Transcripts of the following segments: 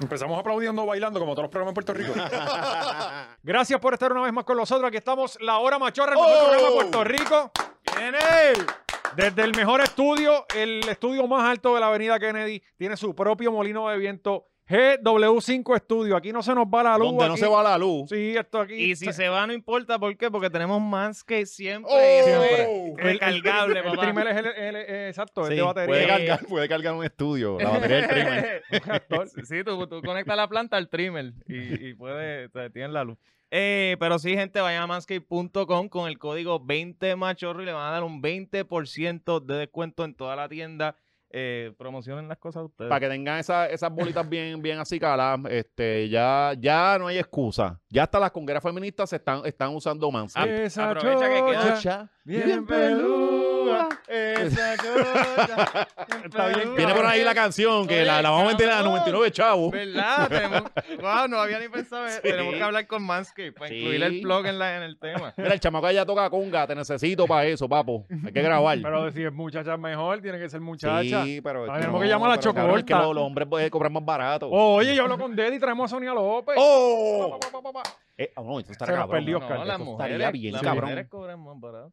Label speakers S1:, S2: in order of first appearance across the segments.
S1: Empezamos aplaudiendo, bailando, como todos los programas en Puerto Rico.
S2: Gracias por estar una vez más con nosotros. Aquí estamos, La Hora Machorra, el mejor
S3: ¡Oh!
S2: programa de Puerto Rico. ¡Viene! Desde el mejor estudio, el estudio más alto de la avenida Kennedy, tiene su propio molino de viento GW5 Studio. Aquí no se nos va la luz.
S3: Donde no
S2: aquí-
S3: se va la luz.
S2: Sí, esto aquí.
S4: Y si se va, no importa, ¿por qué? Porque tenemos más que siempre.
S3: ¡Oh!
S4: siempre.
S2: El- el-
S4: Recargable,
S2: el,
S4: papá.
S2: primer es el, el- el- exacto, el
S3: Sí,
S2: de batería.
S3: puede, cargar, puede cargar un estudio, la batería del primer.
S2: Actor.
S4: Sí, tú, tú conectas la planta al trimmer y, y puede, te tienen la luz. Eh, pero sí, gente, vayan a manscape.com con el código 20machorro y le van a dar un 20% de descuento en toda la tienda. Eh, promocionen las cosas ustedes.
S3: Para que tengan esa- esas bolitas bien, bien así caladas, este, ya, ya no hay excusa. Ya hasta las congueras feministas se están, están usando mansa.
S2: Esa
S4: aprovecha que queda-
S2: chocha, bien pelúa.
S4: Esa cosa,
S2: Está bien,
S3: Viene por ahí la canción, que la, la vamos a meter a
S2: Ah.
S3: 99 chavos.
S4: ¿Verdad? Tenemos, wow, no había ni pensado. en- Tenemos que hablar con Manscape para
S3: Sí.
S4: incluir el blog en, la, en el tema.
S3: Mira, el chamaco ya toca conga, te necesito para eso, papo. Hay que grabar.
S2: Pero si es muchacha mejor, tiene que ser muchacha.
S3: sí, pero es
S2: Tenemos que llamar a la
S3: pero cabrón, es que
S2: Chocobolta.
S3: los, los hombres pueden cobrar más barato.
S2: Oh, oye, yo hablo con Deddy, traemos a Sonia López.
S3: ¡Oh!
S2: Pa, pa, pa, pa, pa.
S3: Eh, ah, no, esto está
S2: Se nos
S3: cabrón.
S2: perdió. Oscar,
S4: las
S3: esto estaría
S4: mujeres-
S3: bien,
S4: las
S3: cabrón.
S4: mujeres cobran más barato.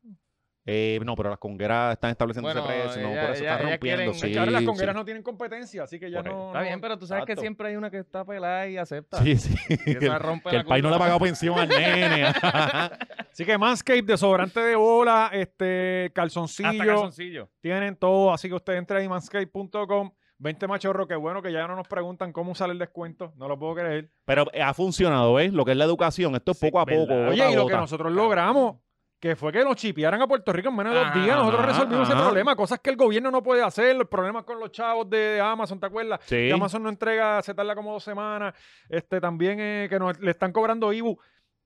S3: Eh, no, pero las congueras están estableciendo
S4: Bueno,
S3: ese precio, no,
S4: ella-
S3: por eso
S4: ella-
S3: está
S4: ella
S3: rompiendo.
S4: quieren-
S3: sí,
S2: Es que ahora las
S3: sí.
S2: congueras no tienen competencia, así que ya
S3: Por ahí.
S2: no.
S4: Está bien, pero tú sabes
S3: exacto.
S4: que siempre hay una que está pelada y acepta.
S3: Sí, sí.
S4: Y
S3: Que
S4: esa
S3: el-
S4: rompe
S3: que
S4: la
S3: el país no le ha
S4: culpa.
S3: pagado pensión al nene. Ajá.
S2: Así que Manscape, desodorante de bola, este, calzoncillo,
S4: Hasta calzoncillo.
S2: tienen todo. Así que usted entra ahí, manscape.com. 20 machorro, qué bueno que ya no nos preguntan cómo usar el descuento. No lo puedo creer.
S3: Pero eh, ha funcionado, ¿ves? Lo que es la educación. Esto es
S4: Sí,
S3: poco a
S4: ¿verdad?
S3: poco.
S2: Oye,
S3: gota a
S2: y lo que
S3: gota.
S2: nosotros logramos, que fue que nos chipearan a Puerto Rico en menos de dos
S4: Ajá,
S2: días, nosotros resolvimos
S3: ajá.
S2: ese problema, cosas que el gobierno no puede hacer, los problemas con los chavos de, de Amazon, ¿te acuerdas?
S3: Sí.
S2: Que Amazon no entrega, se tarda como dos semanas, este también eh, que nos, le están cobrando IBU.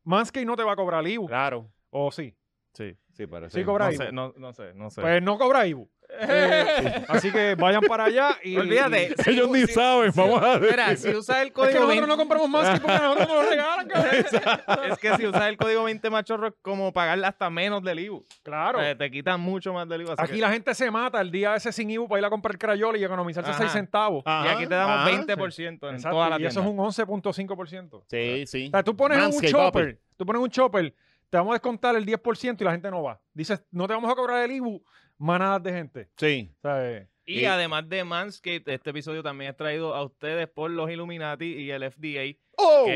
S2: Manscaped no te va a cobrar IBU,
S3: Claro.
S2: o sí,
S4: Sí.
S3: Sí, parece.
S2: sí cobra
S4: No
S2: IBU.
S4: sé, no, no sé, no sé.
S2: Pues no cobra IBU. Eh, así que vayan para allá y...
S4: Olvídate. si
S3: Ellos
S4: tú-
S3: ni
S4: si-
S3: saben, vamos a ver.
S4: Mira, si usas el
S2: y- Es que
S4: código
S2: nosotros no compramos Manscaped porque a nosotros nos lo regalan. cabrón.
S4: es que si usas el código 20 machorro es como pagarle hasta menos del IVU.
S2: Claro.
S4: Eh, te quitan mucho más del IVU. así
S2: Aquí
S4: que-
S2: la gente se mata el día ese sin IBU para ir a comprar crayola y economizarse
S4: Ajá.
S2: 6 centavos.
S4: y aquí te damos
S3: Ajá.
S4: 20% en
S2: Exacto,
S4: toda la
S2: y
S4: tienda.
S2: eso es un 11.5%. O
S3: Sí, sí.
S2: sea, tú pones
S3: Manscaped,
S2: un chopper, tú pones un chopper, te vamos a descontar el 10% y la gente no va. Dices, no te vamos a cobrar el IBU, manadas de gente.
S3: Sí.
S2: O sea, eh,
S4: Y además de Manscaped, este episodio también es traído a ustedes por los Illuminati y el FDA,
S3: ¡Oh!
S4: que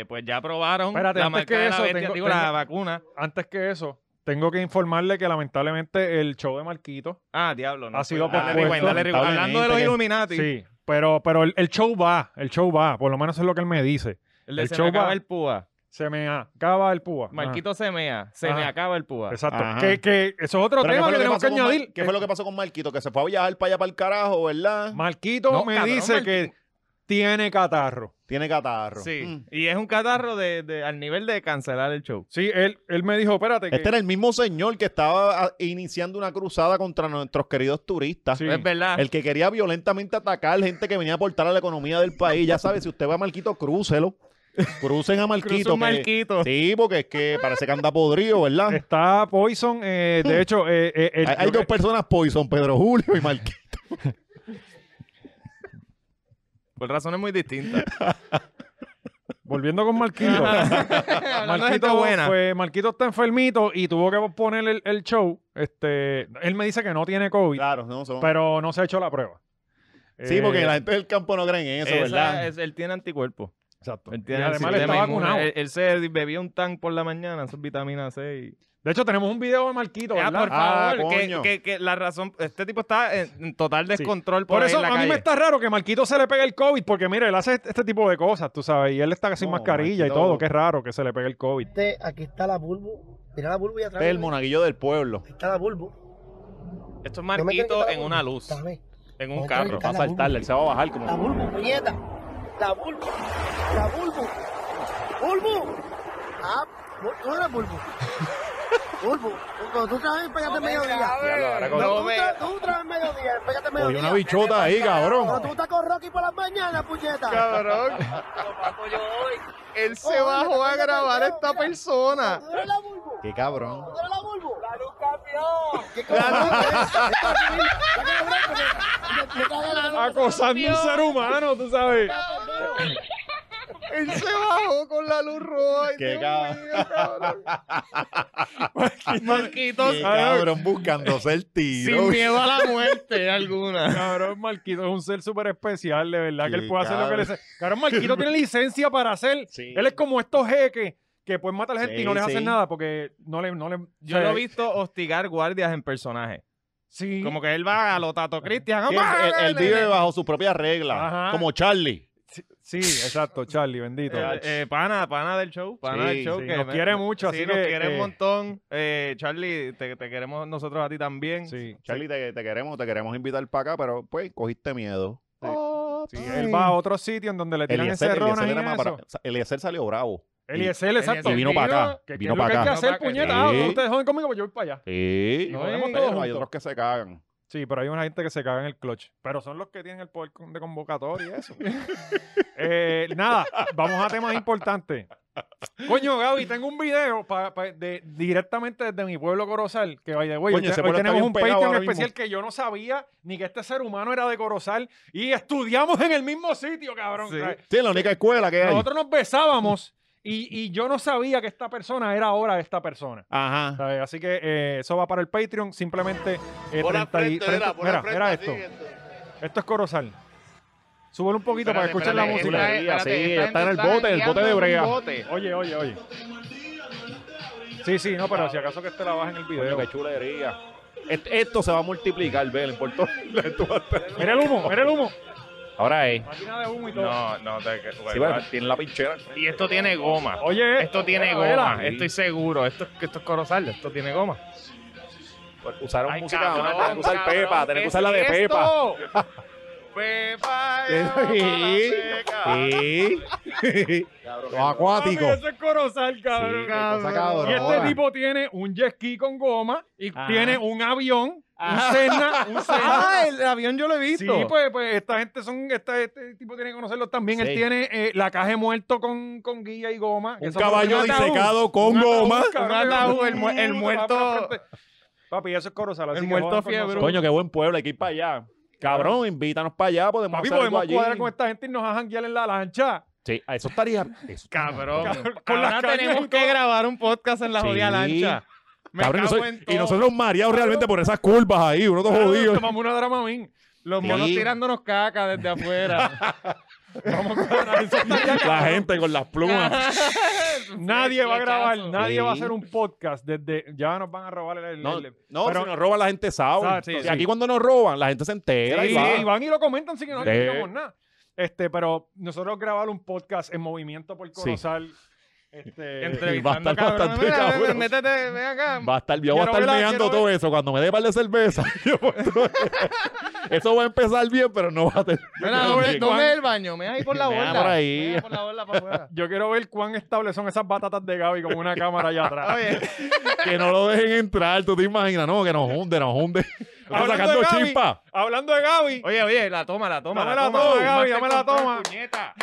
S4: eh, pues ya aprobaron
S2: Espérate,
S4: la
S2: antes
S4: marca
S2: que
S4: de la
S2: eso,
S4: bestia,
S2: tengo-
S4: digo, la
S2: tengo-
S4: vacuna.
S2: Antes que eso, tengo que informarle que lamentablemente el show de Marquito,
S4: Ah, diablo. No,
S2: Ha sido
S4: pues, dale
S2: pospuesto.
S4: rewind, dale rewind. Hablando de los
S3: Lamentablemente
S4: Illuminati,
S2: sí, pero, pero el, el show va, el show va, por lo menos es lo que él me dice.
S4: el, de
S2: el
S4: se
S2: show
S4: me acaba
S2: va-
S4: el púa.
S2: Se me acaba el púa. Ajá,
S4: Marquito se mea, se me
S2: Ajá.
S4: acaba el púa.
S2: Exacto.
S3: Ajá.
S2: Que, que eso es otro
S3: Pero ¿qué
S2: tema que
S3: fue lo que
S2: tenemos que
S3: pasó con Mar-
S2: añadir.
S3: ¿Qué fue lo que pasó con Marquito? Que se fue a viajar para allá para el carajo, ¿verdad?
S2: Marquito
S4: No,
S2: me
S4: cabrón,
S2: dice que tiene catarro.
S3: Tiene catarro.
S4: Sí,
S3: Mm.
S4: y es un catarro de, de- al nivel de cancelar el show.
S2: Sí, él, él me dijo, espérate. Que...
S3: Este era el mismo señor que estaba ah, iniciando una cruzada contra nuestros queridos turistas.
S2: Sí.
S4: Es verdad.
S3: El que quería violentamente atacar gente que venía a aportar a la economía del país. Ya sabe, si usted va a Marquito, crúcelo. Crucen a Marquito.
S4: Cruza un
S3: que-
S4: marquito.
S3: Sí, porque es que parece que anda podrido, ¿verdad?
S2: Está Poison, eh, de hecho, eh, eh, el-
S3: hay hay
S2: Este, yo
S3: dos
S2: que-
S3: personas Poison, Pedro Julio y Marquito.
S4: Por razones muy distintas.
S2: volviendo con Marquito.
S4: Hablando de gente
S2: Marquito,
S4: buena.
S2: pues, Marquito está enfermito y tuvo que posponer el, el show. Este, él me dice que no tiene COVID,
S3: Claro, no son.
S2: pero no se ha hecho la prueba.
S3: sí, porque
S2: Eh,
S3: la gente del campo no cree en eso,
S4: Esa-
S3: ¿verdad?
S4: es- él tiene anticuerpos.
S2: Exacto.
S4: Él
S2: Y
S4: tiene el
S2: además él
S4: sistema
S2: está
S4: inmune.
S2: vacunado.
S4: Él, él se bebió un tan por la mañana, eso es vitamina C. y-
S2: De hecho, tenemos un video de Marquito,
S4: Ya,
S2: ¿verdad?
S4: por
S3: Ah,
S4: favor, que,
S3: coño.
S4: que- que la razón, este tipo está en, en total descontrol por,
S2: Por
S4: ahí
S2: eso
S4: en la
S2: a mí
S4: calle.
S2: me está raro que Marquito se le pegue el COVID, porque mira, él hace este este tipo de cosas, tú sabes, y él está sin
S3: No,
S2: mascarilla y
S3: Marquito-
S2: todo, qué raro que se le pegue el COVID.
S5: Este, aquí está la bulbo. Mira la bulbo y atrás.
S3: Este es el monaguillo del pueblo.
S5: Aquí está la bulbo.
S4: Esto es
S5: Yo me quiero
S4: Marquito
S5: quitar la
S4: en
S5: Bulbo.
S4: una luz,
S5: Dame.
S4: en un
S5: Oye,
S4: carro.
S3: Va a saltarle, él se va a bajar
S5: La
S3: como.
S5: bulbo, puñeta. La bulbo. La bulbo. Bulbo. Ah, bu- tú eres bulbo. Bulbo. Cuando tú traes, pégate mediodía.
S3: Diablo, ahora con-
S5: Cuando tú, tra- tú traes mediodía, pégate
S3: Cogió
S5: mediodía.
S3: una bichota ahí, cabrón.
S5: Cuando tú estás con Rocky por las mañanas, puñeta.
S4: Cabrón, él
S5: se bajó a grabar a esta
S4: persona.
S5: Tú eres la bulbo.
S3: Qué cabrón.
S5: ¿Tú eres la ¿eh? bulbo? La luz campeón. ¿Qué cabrón? ¿Qué cabrón? ¿Qué cabrón? ¿Qué cabrón?
S2: Acosando a un ser humano, tú sabes.
S5: Pendejo.
S4: Él se bajó con la luz roja. ay,
S3: Qué
S4: Dios
S3: cab-
S4: mío, cabrón.
S3: Qué
S4: Marquitos
S3: cabrón buscándose el
S4: sin
S3: tiro.
S4: miedo a la muerte alguna.
S2: Cabrón, Marquito es un ser súper especial, de verdad, que
S3: Sí,
S2: él puede hacer lo que le
S3: cabrón.
S2: Cabrón, Marquito tiene licencia para hacer.
S3: Sí.
S2: Él es como estos jeques que pueden matar gente y
S3: Sí,
S2: no les
S3: sí.
S2: hacen nada porque no le. No le
S4: Yo lo he visto hostigar guardias en personaje.
S2: Sí.
S4: Como que él va a lo Tato Cristian.
S3: Sí, él, él vive bajo su propia regla,
S2: Ajá.
S3: como Charlie.
S2: Sí, sí, exacto, Charlie, bendito.
S4: Eh, eh, pana, pana del show. Pana
S3: Sí,
S4: del show.
S2: sí,
S4: que
S2: nos quiere mucho,
S4: sí,
S2: así
S4: nos
S2: que,
S4: quiere un
S2: eh,
S4: montón. Eh, Charlie, te, te queremos nosotros a ti también.
S2: Sí.
S3: Charlie, te, te queremos, te queremos invitar para acá, pero pues cogiste miedo.
S4: Sí.
S3: Oh,
S2: Sí,
S3: bye.
S2: él va a otro sitio en donde le tiran
S3: Eliezer,
S2: encerronas
S3: Eliezer
S2: y
S3: era más
S2: eso.
S3: barato. Sa- Eliezer salió bravo.
S2: Eliezer, exacto.
S3: Y
S4: Eliezer
S2: Que-
S3: vino para acá.
S2: que
S3: Vino
S2: es lo que
S3: para
S2: hay que
S3: acá.
S4: acá.
S2: hacer,
S4: No, pa' que-
S2: puñeta.
S3: Sí.
S2: Ah, ustedes joden conmigo, pues yo voy para allá.
S3: Sí.
S2: Y
S4: No,
S2: jodemos
S4: eh,
S2: todos
S3: Pero hay
S2: juntos.
S3: otros que se cagan.
S2: Sí, pero hay una gente que se caga en el clutch. Pero son los que tienen el poder con- de convocatoria y eso. Eh, nada, vamos a temas importantes. Coño, Gaby, tengo un video pa- pa- de, directamente desde mi pueblo Corozal, que by the way,
S3: Coño,
S2: hoy,
S3: ese
S2: hoy
S3: pueblo está
S2: tenemos
S3: bien
S2: un
S3: pegado
S2: Patreon
S3: ahora mismo.
S2: especial que yo no sabía ni que este ser humano era de Corozal y estudiamos en el mismo sitio, cabrón.
S4: Sí.
S2: O sea,
S3: Sí, es la única escuela que hay.
S2: Nosotros nos besábamos y, y yo no sabía que esta persona era ahora esta persona.
S3: Ajá.
S2: ¿sabes? Así que eh, eso va para el Patreon. Simplemente. eh,
S6: Por la
S2: 30 y-
S6: frente,
S2: 30
S6: mira, por la
S2: mira, mira
S6: frente,
S2: esto.
S6: así, esto.
S2: Esto es Corozal. Súbelo un poquito para escuchar la
S3: espérate,
S2: música.
S3: espérate, espérate, está en el bote, el bote de brea.
S2: Oye, oye, oye. Sí, sí, no, pero si acaso que te la bajen el
S3: Coño,
S2: video.
S3: qué chulería. Et- Esto se va a multiplicar, Bel, en Puerto Rico.
S2: Mira el humo, mira el humo.
S3: Ahora es.
S2: Máquina de humo y todo.
S4: No, no, te,
S3: Sí, bueno, tiene la pinchera.
S4: Y esto tiene goma.
S2: Oye, eh,
S4: Esto tiene
S2: mira, mira.
S4: goma, estoy seguro. Esto, esto es Corozal, esto tiene goma.
S3: Usaron
S4: Ay,
S3: música,
S4: cabrón,
S3: mala, tienen que usar
S4: cabrón,
S3: Pepa, tienen que
S4: ¿qué
S3: usar la de
S4: es
S3: Pepa.
S4: esto? Pepa.
S3: Sí. Sí. Los
S2: Papi,
S3: acuáticos.
S2: eso es Corozal, cabrón.
S3: cabrón.
S2: Y este tipo tiene un jet ski con goma y tiene un avión, un Cessna, un Cessna.
S4: Ah, el avión yo lo he
S2: Sí,
S4: visto.
S2: pues, pues esta gente son, esta- este tipo tiene que conocerlos también.
S3: Sí.
S2: Él tiene eh, la caja de muerto con, con guía y goma. que
S3: Un
S2: eso fue
S3: caballo
S2: un ataúd.
S3: disecado con
S2: Un ataúd,
S3: goma.
S2: cabrón,
S4: Un ataúd, el mu- el
S2: te va
S4: muerto-
S2: para la frente. Papi, eso es Corozal. así
S4: El
S2: que
S4: muerto
S2: jodan con
S4: fiebre.
S2: nosotros.
S3: Coño, qué buen pueblo, hay que ir para allá. Cabrón, invítanos para allá, podemos
S2: Papi,
S3: hacer algo
S2: podemos
S3: allí.
S2: cuadrar con esta gente y nos hagan guiar en la lancha.
S3: Sí, a eso estaría. eso-
S4: Cabrón.
S2: Con las
S4: Ahora
S2: cañas
S4: tenemos
S2: y
S4: que
S2: todo.
S4: grabar un podcast en la
S3: Sí.
S4: jodida lancha. Me
S3: Cabrón, y
S4: cago
S3: nosotros-
S4: en todo.
S3: y nosotros mareados realmente por esas curvas ahí, uno todo jodido.
S2: Tomamos una dramamín.
S4: Los
S3: Sí.
S4: monos tirándonos caca desde afuera.
S2: Vamos a cuadrar eso.
S3: La gente con las plumas.
S2: Nadie va a grabar, nadie
S3: Sí.
S2: va a hacer un podcast desde ya nos van a robar el, el-
S3: No,
S2: el-
S3: no
S2: pero-
S3: si nos roban la gente sabe.
S2: Sabe, sí,
S3: y
S2: sí.
S3: aquí cuando nos roban, la gente se entera y
S2: Sí,
S3: va.
S2: y van y lo comentan sin que no
S3: Sí.
S2: digamos nada. Este, pero nosotros grabar un podcast en movimiento por Corozal. Este,
S4: Entrevistando
S3: estar
S4: cabrón.
S3: bastante
S4: Mira,
S3: cabrón.
S4: ven, métete, ven acá.
S3: Va a estar, yo voy a
S2: Quiero
S3: estar
S2: verla,
S3: meando
S2: quiero
S3: todo eso. Cuando me dé par de cerveza, yo voy a- eso va a empezar bien, pero no va a tener.
S4: Mira,
S3: yo creo
S4: ¿dónde,
S3: que-
S4: dónde es el baño? Me ahí por la
S3: Mea
S4: borda.
S3: por ahí.
S4: Mea por la borda para afuera.
S2: Yo quiero ver cuán estables son esas batatas de Gaby con una cámara allá atrás.
S4: Oye,
S3: que no lo dejen entrar, tú te imaginas, no, que nos hunde, nos hunde. Está
S2: Hablando
S3: sacando
S2: de Gaby,
S3: chispa.
S2: Hablando de Gaby,
S4: oye, oye, la toma, la toma.
S2: Dame la toma, Gaby, dame la toma.
S4: Puñeta.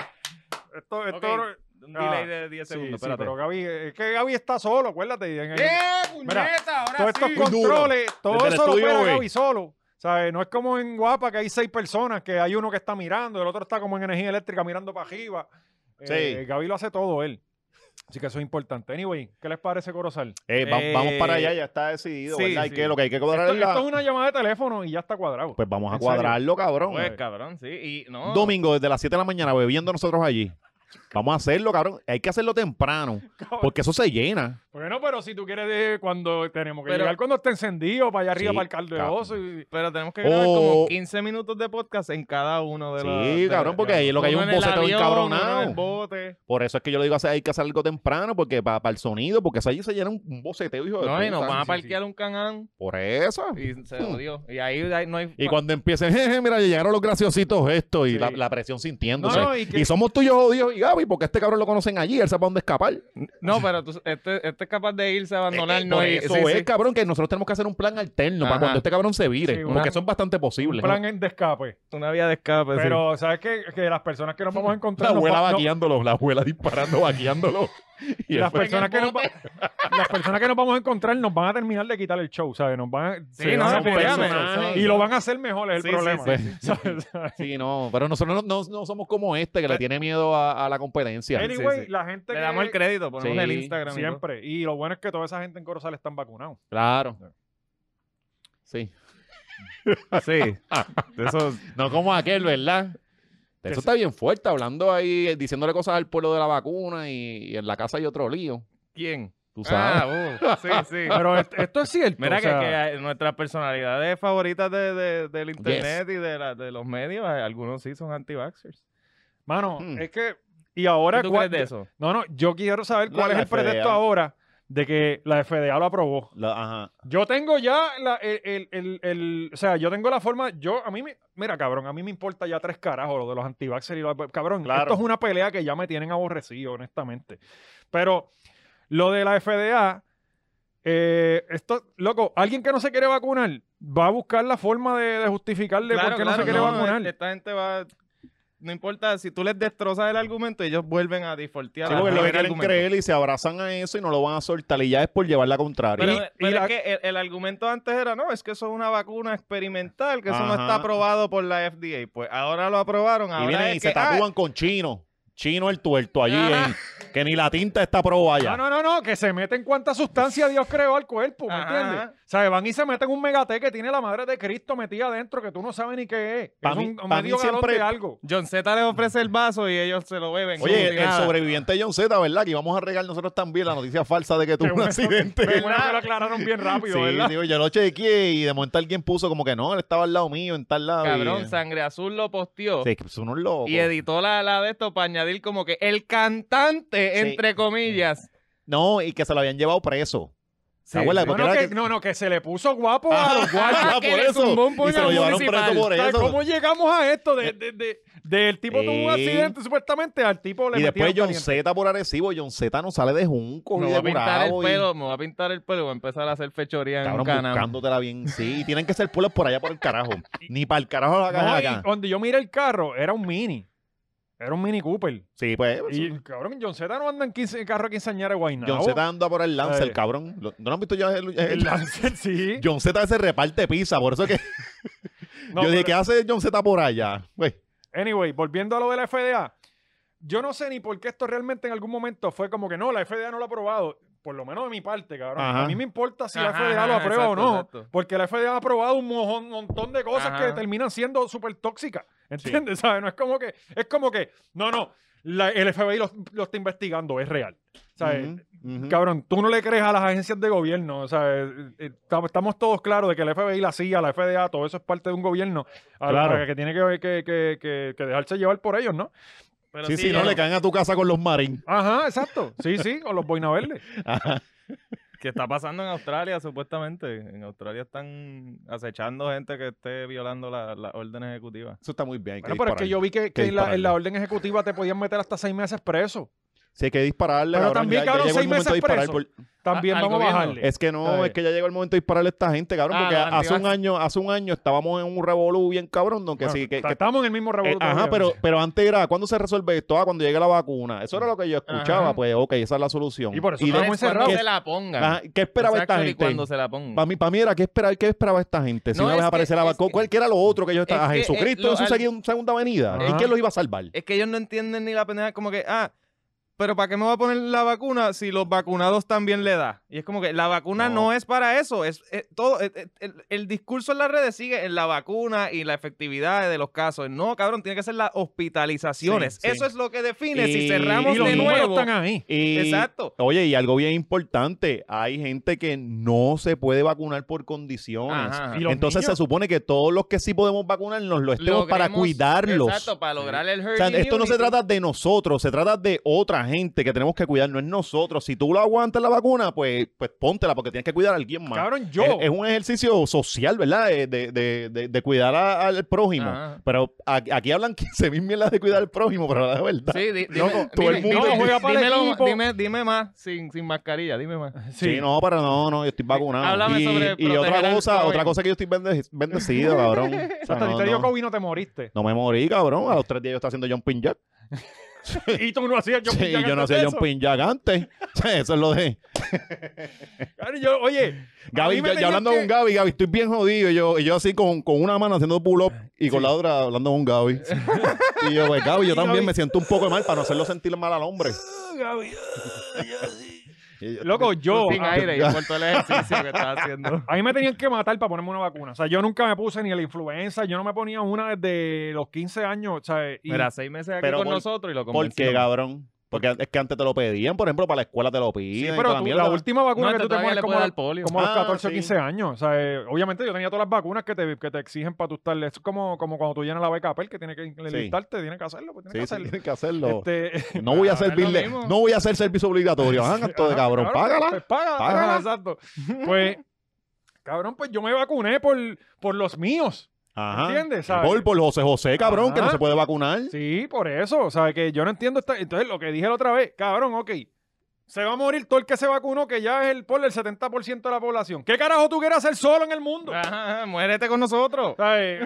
S2: esto, esto
S4: Ok, Un delay
S2: Ah,
S4: de 10
S2: sí,
S4: segundos,
S2: sí,
S4: espérate.
S2: pero Gaby, es que Gaby está solo, acuérdate. y en- en-
S4: ¡Eh, puñeta!
S2: todos
S4: Ahora
S2: estos
S4: sí.
S2: controles, todo
S3: Desde el
S2: eso lo
S3: estudio,
S2: opera
S3: güey.
S2: Gaby solo. ¿Sabes? No es como en Guapa que hay seis personas, que hay uno que está mirando, el otro está como en energía eléctrica mirando para arriba. Eh,
S3: Sí.
S2: Gaby lo hace todo él. Así que eso es importante. Anyway, ¿qué les parece Corozal?
S3: Eh, va-
S4: Eh,
S3: vamos para allá, ya está decidido,
S4: sí,
S3: ¿verdad? Hay
S4: sí.
S3: que, lo que hay que cuadrar
S2: Esto,
S3: es la-
S2: esto es una llamada de teléfono y ya está cuadrado.
S3: Pues vamos a
S2: ¿En serio?
S3: cuadrarlo, cabrón.
S4: Pues, cabrón, sí. Y no.
S3: Domingo, desde las 7 de la mañana, bebiendo nosotros allí. Vamos a hacerlo, cabrón. Hay que hacerlo temprano, porque eso se llena.
S2: Bueno, pero si tú quieres, eh, cuando tenemos que
S4: Pero-
S2: llegar, cuando esté encendido, para allá arriba,
S3: Sí,
S2: para el caldeoso. Y...
S4: Pero tenemos que grabar como
S3: Oh.
S4: 15 minutos de podcast en cada uno de los.
S3: Sí, cabrón, porque ahí lo que hay es un bocetón encabronado. Por eso es que yo le digo, o sea, hay que hacer algo temprano, porque para el sonido, porque eso allí se llena un, un boceteo, hijo de
S4: No, y nos
S3: puta.
S4: van a
S2: sí,
S4: parquear un canán
S3: Por eso.
S4: y se jodió. Y ahí, ahí no hay.
S3: Y cuando empiecen, jeje, mira, llegaron los graciositos estos y
S2: Sí.
S3: la, la presión sintiéndose.
S2: No, no,
S3: y,
S2: y que-
S3: somos tuyos jodidos y Gaby, porque este cabrón lo conocen allí, él sabe para dónde escapar.
S4: No, pero tú- este, este es capaz de irse a abandonarnos.
S3: Por
S4: y-
S3: eso
S4: sí,
S3: es,
S4: sí.
S3: pues, cabrón, que nosotros tenemos que hacer un plan alterno para
S4: Ajá.
S3: cuando este cabrón se vire,
S2: Sí, una-
S3: porque eso es bastante
S2: Un
S3: posible.
S2: plan en de escape.
S4: Una vía de escape. sí.
S2: Pero, ¿sabes qué? Que las personas que nos vamos a
S3: Pues La
S2: encontrar. nos
S3: abuela
S2: va- no-
S3: vaqueándolo, la abuela disparando, vaqueándolo. Y
S2: las,
S3: después-
S2: personas que nos va- las personas que nos vamos a encontrar nos van a terminar de quitar el show, ¿sabes? Nos van a- se
S4: no,
S2: van a
S4: definitivamente.
S2: personar y lo van a hacer mejor, es el
S4: Sí, sí,
S2: problema.
S3: sí,
S2: ¿Sabes? ¿Sabes?
S3: Sí, no, pero nosotros no, no- no somos como este que
S2: Eh.
S3: le tiene miedo a, a la competencia.
S4: Eric-
S2: Anyway,
S4: sí, sí.
S2: la gente
S4: Le
S2: que-
S4: damos el crédito, ponemos
S3: Sí,
S4: el Instagram. y todo.
S2: siempre. Y lo bueno es que toda esa gente en Corozal están vacunados.
S3: Claro. Sí.
S4: Sí. De esos-
S3: No como aquel, ¿verdad?
S2: Que
S3: Eso
S2: se-
S3: está bien fuerte, hablando ahí, eh, diciéndole cosas al pueblo de la vacuna y, y en la casa hay otro lío.
S4: ¿Quién?
S3: Tú sabes.
S4: Ah, uh, sí, sí.
S2: Pero est- esto es cierto.
S4: Mira
S2: o
S4: que,
S2: sea,
S4: que hay- nuestras personalidades favoritas de, de- del internet y de, la- de los medios, eh, algunos sí son anti-vaxxers.
S2: Mano,
S3: Hmm.
S2: es que. Y ahora.
S4: ¿Qué tú
S2: cua-
S4: crees de eso?
S2: No, no, yo quiero saber
S3: No,
S2: cuál es
S3: la
S2: el pretexto
S3: FDA.
S2: ahora de que la FDA lo aprobó.
S3: ajá.
S2: Yo tengo ya la, el, el- el- el- O sea, yo tengo la forma. Yo, a mí me. Mira, cabrón, a mí me importa ya tres carajos lo de los antivaxxers y los. Cabrón,
S3: Claro.
S2: esto es una pelea que ya me tienen aborrecido, honestamente. Pero lo de la FDA. eh, esto, loco, alguien que no se quiere vacunar va a buscar la forma de, de justificarle por qué no se quiere
S4: no, no,
S2: vacunar.
S4: esta gente va... No importa, si tú les destrozas el argumento, ellos vuelven a defaultear.
S3: Sí,
S4: a
S3: porque lo que
S4: el
S3: quieren
S4: argumento.
S3: creer y se abrazan a eso y no lo van a soltar y ya es por llevar la contraria.
S4: Pero,
S2: Y-
S4: pero
S2: y la-
S4: es que el, el argumento antes era, no, es que eso es una vacuna experimental, que eso no
S3: Ajá.
S4: está aprobado por la FDA. Pues ahora lo aprobaron, ahora
S3: Y vienen
S4: es
S3: y se
S4: que, ah,
S3: tatúan con chino. Chino el tuerto allí,
S4: Ajá. Ah,
S3: en- que ni la tinta está probada ya.
S2: No, no, no, no, que se meten cuánta sustancia Dios creó al cuerpo, ¿me
S4: Ajá.
S2: entiendes? O sea, van y se meten un megate que tiene la madre de Cristo metida adentro que tú no sabes ni qué es.
S3: Pa'
S2: es
S3: mí-
S2: un
S3: pa' mí
S2: medio galón
S3: siempre-
S2: de algo.
S4: John Z les ofrece el vaso y ellos se lo beben. como
S3: Oye,
S4: si
S3: el, el
S4: nada.
S3: sobreviviente John Z, ¿verdad? Que íbamos a regar nosotros también la noticia falsa de que tuvo
S2: Qué
S3: un
S2: bueno que-
S3: accidente.
S2: qué bueno que lo aclararon bien rápido,
S3: Sí,
S2: ¿verdad?
S3: digo, yo lo chequeé y de momento alguien puso como que no, él estaba al lado mío, en tal lado.
S4: Cabrón,
S3: y, eh,
S4: Sangre Azul lo posteó.
S3: Sí, que son unos locos.
S4: Y editó la, la de esto para añadir como que el cantante,
S3: Sí.
S4: entre comillas.
S3: No, y que se lo habían llevado preso.
S4: Sí,
S3: Abuela,
S2: No
S3: porque
S2: no
S3: era
S2: que,
S3: que-
S2: no, no, que se le puso guapo a los guardias.
S3: Ah,
S4: que
S3: por
S4: le
S3: eso.
S4: zumbó un
S3: Y se lo
S4: puñal
S3: llevaron
S4: municipal.
S3: preso por
S2: O sea,
S3: eso. Eh.
S2: ¿Cómo llegamos a esto? De, de, de- del tipo tuvo un
S3: Sí.
S2: accidente, supuestamente, al tipo le
S3: Y después
S2: metieron
S3: John
S2: caliente.
S3: Z por Arecibo, John Z no sale de junco
S4: Me
S3: y
S4: voy
S3: de
S4: a pintar el
S3: Gurabo y-
S4: pelo, me voy a pintar el pelo y voy a empezar a hacer fechoría en un
S3: Cabrón,
S4: canal.
S3: buscándotela bien, sí. Y tienen que ser pueblos por allá por el carajo. Ni para el carajo la caja
S2: No, y
S3: acá.
S2: Cuando yo miré el carro, era un mini. Era un mini Cooper.
S3: Sí, pues.
S2: Y cabrón, John Z no anda en 15 carro a quinceañera de Guaynabo.
S3: John Z anda por el Lancer,
S2: Ay.
S3: cabrón. Lo- ¿No lo han visto ya? El, el-
S2: Eh. El Lancer, sí.
S3: John Z se reparte pizza, por eso que
S2: No,
S3: yo dije, ¿qué
S2: pero-
S3: hace John Z por allá? Pues, Güey,
S2: Anyway, volviendo a lo de la FDA, yo no sé ni por qué esto realmente en algún momento fue como que no, la FDA no lo ha aprobado. Por lo menos de mi parte, cabrón.
S3: Ajá.
S2: A mí me importa si la
S4: Ajá,
S2: FDA lo
S4: ajá,
S2: aprueba o
S4: exacto,
S2: no.
S4: exacto.
S2: Porque la FDA ha aprobado un mojón- montón de cosas
S4: Ajá.
S2: que terminan siendo súper tóxicas. ¿Entiendes? ¿Sabes? No es como que, es como que, no, no, la- el FBI lo, lo está investigando, es real. ¿Sabes?
S3: Ujú, ujú.
S2: Cabrón, tú no le crees a las agencias de gobierno. O sea, eh, eh, tam- estamos todos claros de que el FBI, la CIA, la FDA, todo eso es parte de un gobierno a-
S3: Claro.
S2: a- que tiene que, que- que- que- que dejarse llevar por ellos, ¿no?
S4: Pero
S3: Sí, sí,
S4: yo
S2: eh.
S3: no le caen a tu casa con los marines.
S2: Ajá, exacto. Sí, sí, o los boina verdes.
S4: que está pasando en Australia, supuestamente. En Australia están acechando gente que esté violando la- las órdenes ejecutivas.
S3: Eso está muy bien. hay
S2: Bueno, pero es que
S3: dispararle.
S2: yo vi que, que en, la, en la
S3: dispararle.
S2: orden ejecutiva te podían meter hasta seis meses preso.
S3: Sí, hay que dispararle.
S2: Pero también, cabrón,
S3: llegó el
S2: seis
S3: momento de
S2: meses
S3: disparar
S2: preso. También
S4: Ah, al
S2: vamos a
S4: gobierno.
S2: bajarle.
S3: Es que no,
S2: Ay.
S3: es que ya llegó el momento de dispararle a esta gente, cabrón,
S4: Ah,
S3: porque
S4: los
S3: hace un
S4: antivax.
S3: año, hace un año estábamos en un revolú bien cabrón, donde
S2: Bueno,
S3: sí, que,
S2: está-
S3: que-
S2: estamos en el mismo
S3: eh,
S2: revoluto.
S3: ajá,
S2: todavía.
S3: pero, pero antes era, ¿cuándo se resuelve esto? Ah, cuando llegue la vacuna. Eso era lo que yo escuchaba,
S4: Ajá.
S3: pues, ok, esa es la solución.
S2: Y por eso
S3: la-
S2: estamos
S4: Es cuando
S2: encerrados.
S4: se la pongan.
S3: ajá, ¿Qué esperaba
S4: Exacto,
S3: esta
S4: y cuando
S3: gente?
S4: se la pongan.
S3: Para mí, pa' mí era, ¿qué, esperaba, ¿qué esperaba esta gente? Si
S4: No,
S3: una vez
S4: es que-
S3: apareciera la
S4: es
S3: vacuna,
S4: que-
S3: ¿cuál que era lo otro que ellos
S4: es
S3: estaban?
S4: que, eh,
S3: Jesucristo
S4: lo-
S3: en su
S4: al-
S3: segui- segunda venida.
S2: Ajá.
S3: ¿Y quién los iba a salvar?
S4: Es que ellos no entienden ni la pendeja, como que, ah, pero ¿para qué me voy a poner la vacuna si los vacunados también le da? Y es como que la vacuna no,
S3: No.
S4: es para eso, es, es todo, es- es- el, el discurso en las redes sigue en la vacuna y la efectividad de los casos. No, cabrón, tiene que ser las hospitalizaciones.
S3: Sí, sí.
S4: Eso es lo que define
S3: Y-
S4: si
S2: Y
S4: cerramos
S2: los
S4: de
S2: números
S4: nuevo.
S2: están ahí.
S3: Y-
S4: Exacto.
S3: Oye, y algo bien importante, hay gente que no se puede vacunar por condiciones.
S4: Ajá, ajá.
S2: Y los
S3: Entonces
S2: niños.
S3: se supone que todos los que sí podemos vacunar nos lo estemos para
S4: Logremos-
S3: cuidarlos.
S4: Exacto, para lograr el herd
S3: O sea, esto no
S4: immunity.
S3: se trata de nosotros, se trata de otra gente que tenemos que cuidar, no es nosotros. Si tú lo aguantas la vacuna, pues, pues póntela porque tienes que cuidar a alguien más.
S2: Cabrón, yo.
S3: Es, es un ejercicio social, ¿verdad? Eh, De, de- de- de cuidar a- al prójimo.
S4: Ajá.
S3: Pero a- aquí hablan 15 mil mierdas de cuidar al prójimo, pero la verdad.
S4: Sí, di- dime,
S3: todo el
S4: dime-
S3: mundo
S4: dime-
S2: juega para el
S4: dímelo-
S2: equipo.
S4: dime- dime más, sin, sin mascarilla, dime más.
S3: Sí. no, pero no, no, yo estoy vacunado.
S4: Háblame
S3: y,
S4: sobre
S3: y
S4: proteger
S3: otra
S4: al
S3: cosa,
S4: joven.
S3: otra cosa que yo estoy bende- bendecido, cabrón. O sea,
S2: Hasta si
S3: no,
S2: te dio
S3: no.
S2: COVID no te moriste.
S3: No me morí, cabrón. A los tres días yo estaba haciendo John Jack.
S2: Y tú no hacías yo
S3: Sí, yo no sé, John Pinjagante. Eso es lo de.
S2: Oye, a mí me
S3: Gaby, ya, ya
S2: tenían
S3: hablando
S2: que-
S3: con Gaby, Gaby, estoy bien jodido. Y yo, y yo así con, con una mano haciendo pull-up y con la otra hablando con Gaby. y yo, pues, Gaby, yo también me siento un poco mal para no hacerlo sentir mal al hombre. Y yo-
S2: Loco, yo. ah,
S4: Sin
S2: a-
S4: aire y por todo el ejercicio que estás haciendo.
S2: A mí me tenían que matar para ponerme una vacuna. O sea, yo nunca me puse ni la influenza. Yo no me ponía una desde los 15 años. ¿sabes? Y
S4: Mira, seis meses aquí
S3: Pero
S4: con
S3: por-
S4: nosotros y lo
S3: ¿Por qué,
S4: convencimos.
S3: cabrón? Porque es que antes te lo pedían, por ejemplo, para la escuela te lo
S2: Sí,
S3: piden. y
S2: pero
S3: toda
S2: tú-
S3: mierda.
S2: la última vacuna
S4: No,
S2: que tú te
S4: todavía
S2: pones
S4: le
S2: como,
S4: puede dar polio.
S2: como a los
S3: Ah,
S2: 14 o
S3: sí.
S2: 15 años. O sea, eh, obviamente yo tenía todas las vacunas que te, que te exigen para tú estar. Es como, como cuando tú llenas la beca PEL, que tienes que listarte, tienes que hacerlo, pues
S3: Sí,
S2: tienes
S3: sí,
S2: que hacerlo.
S3: tienes que hacerlo.
S2: Este,
S3: No voy a
S4: Ahora es lo
S3: servirle,
S4: mismo.
S3: no voy a hacer servicio obligatorio. Ah, esto de
S2: Ajá,
S3: cabrón, págala.
S2: Pues págala,
S3: Págala.
S2: págala, exacto. Pues, cabrón, pues yo me vacuné por, por los míos.
S3: Ajá.
S2: ¿Entiendes? ¿Sabes?
S3: Por, por José José, cabrón, que no
S2: Ajá.
S3: se puede vacunar.
S2: Sí, por eso. O sea, que yo no entiendo. Esta... Entonces, lo que dije la otra vez, cabrón, ok. Se va a morir todo el que se vacunó, que ya es el, por el 70% de la población. ¿Qué carajo tú quieres hacer solo en el mundo?
S4: Ajá, ajá, muérete con nosotros.
S2: O sea, eh,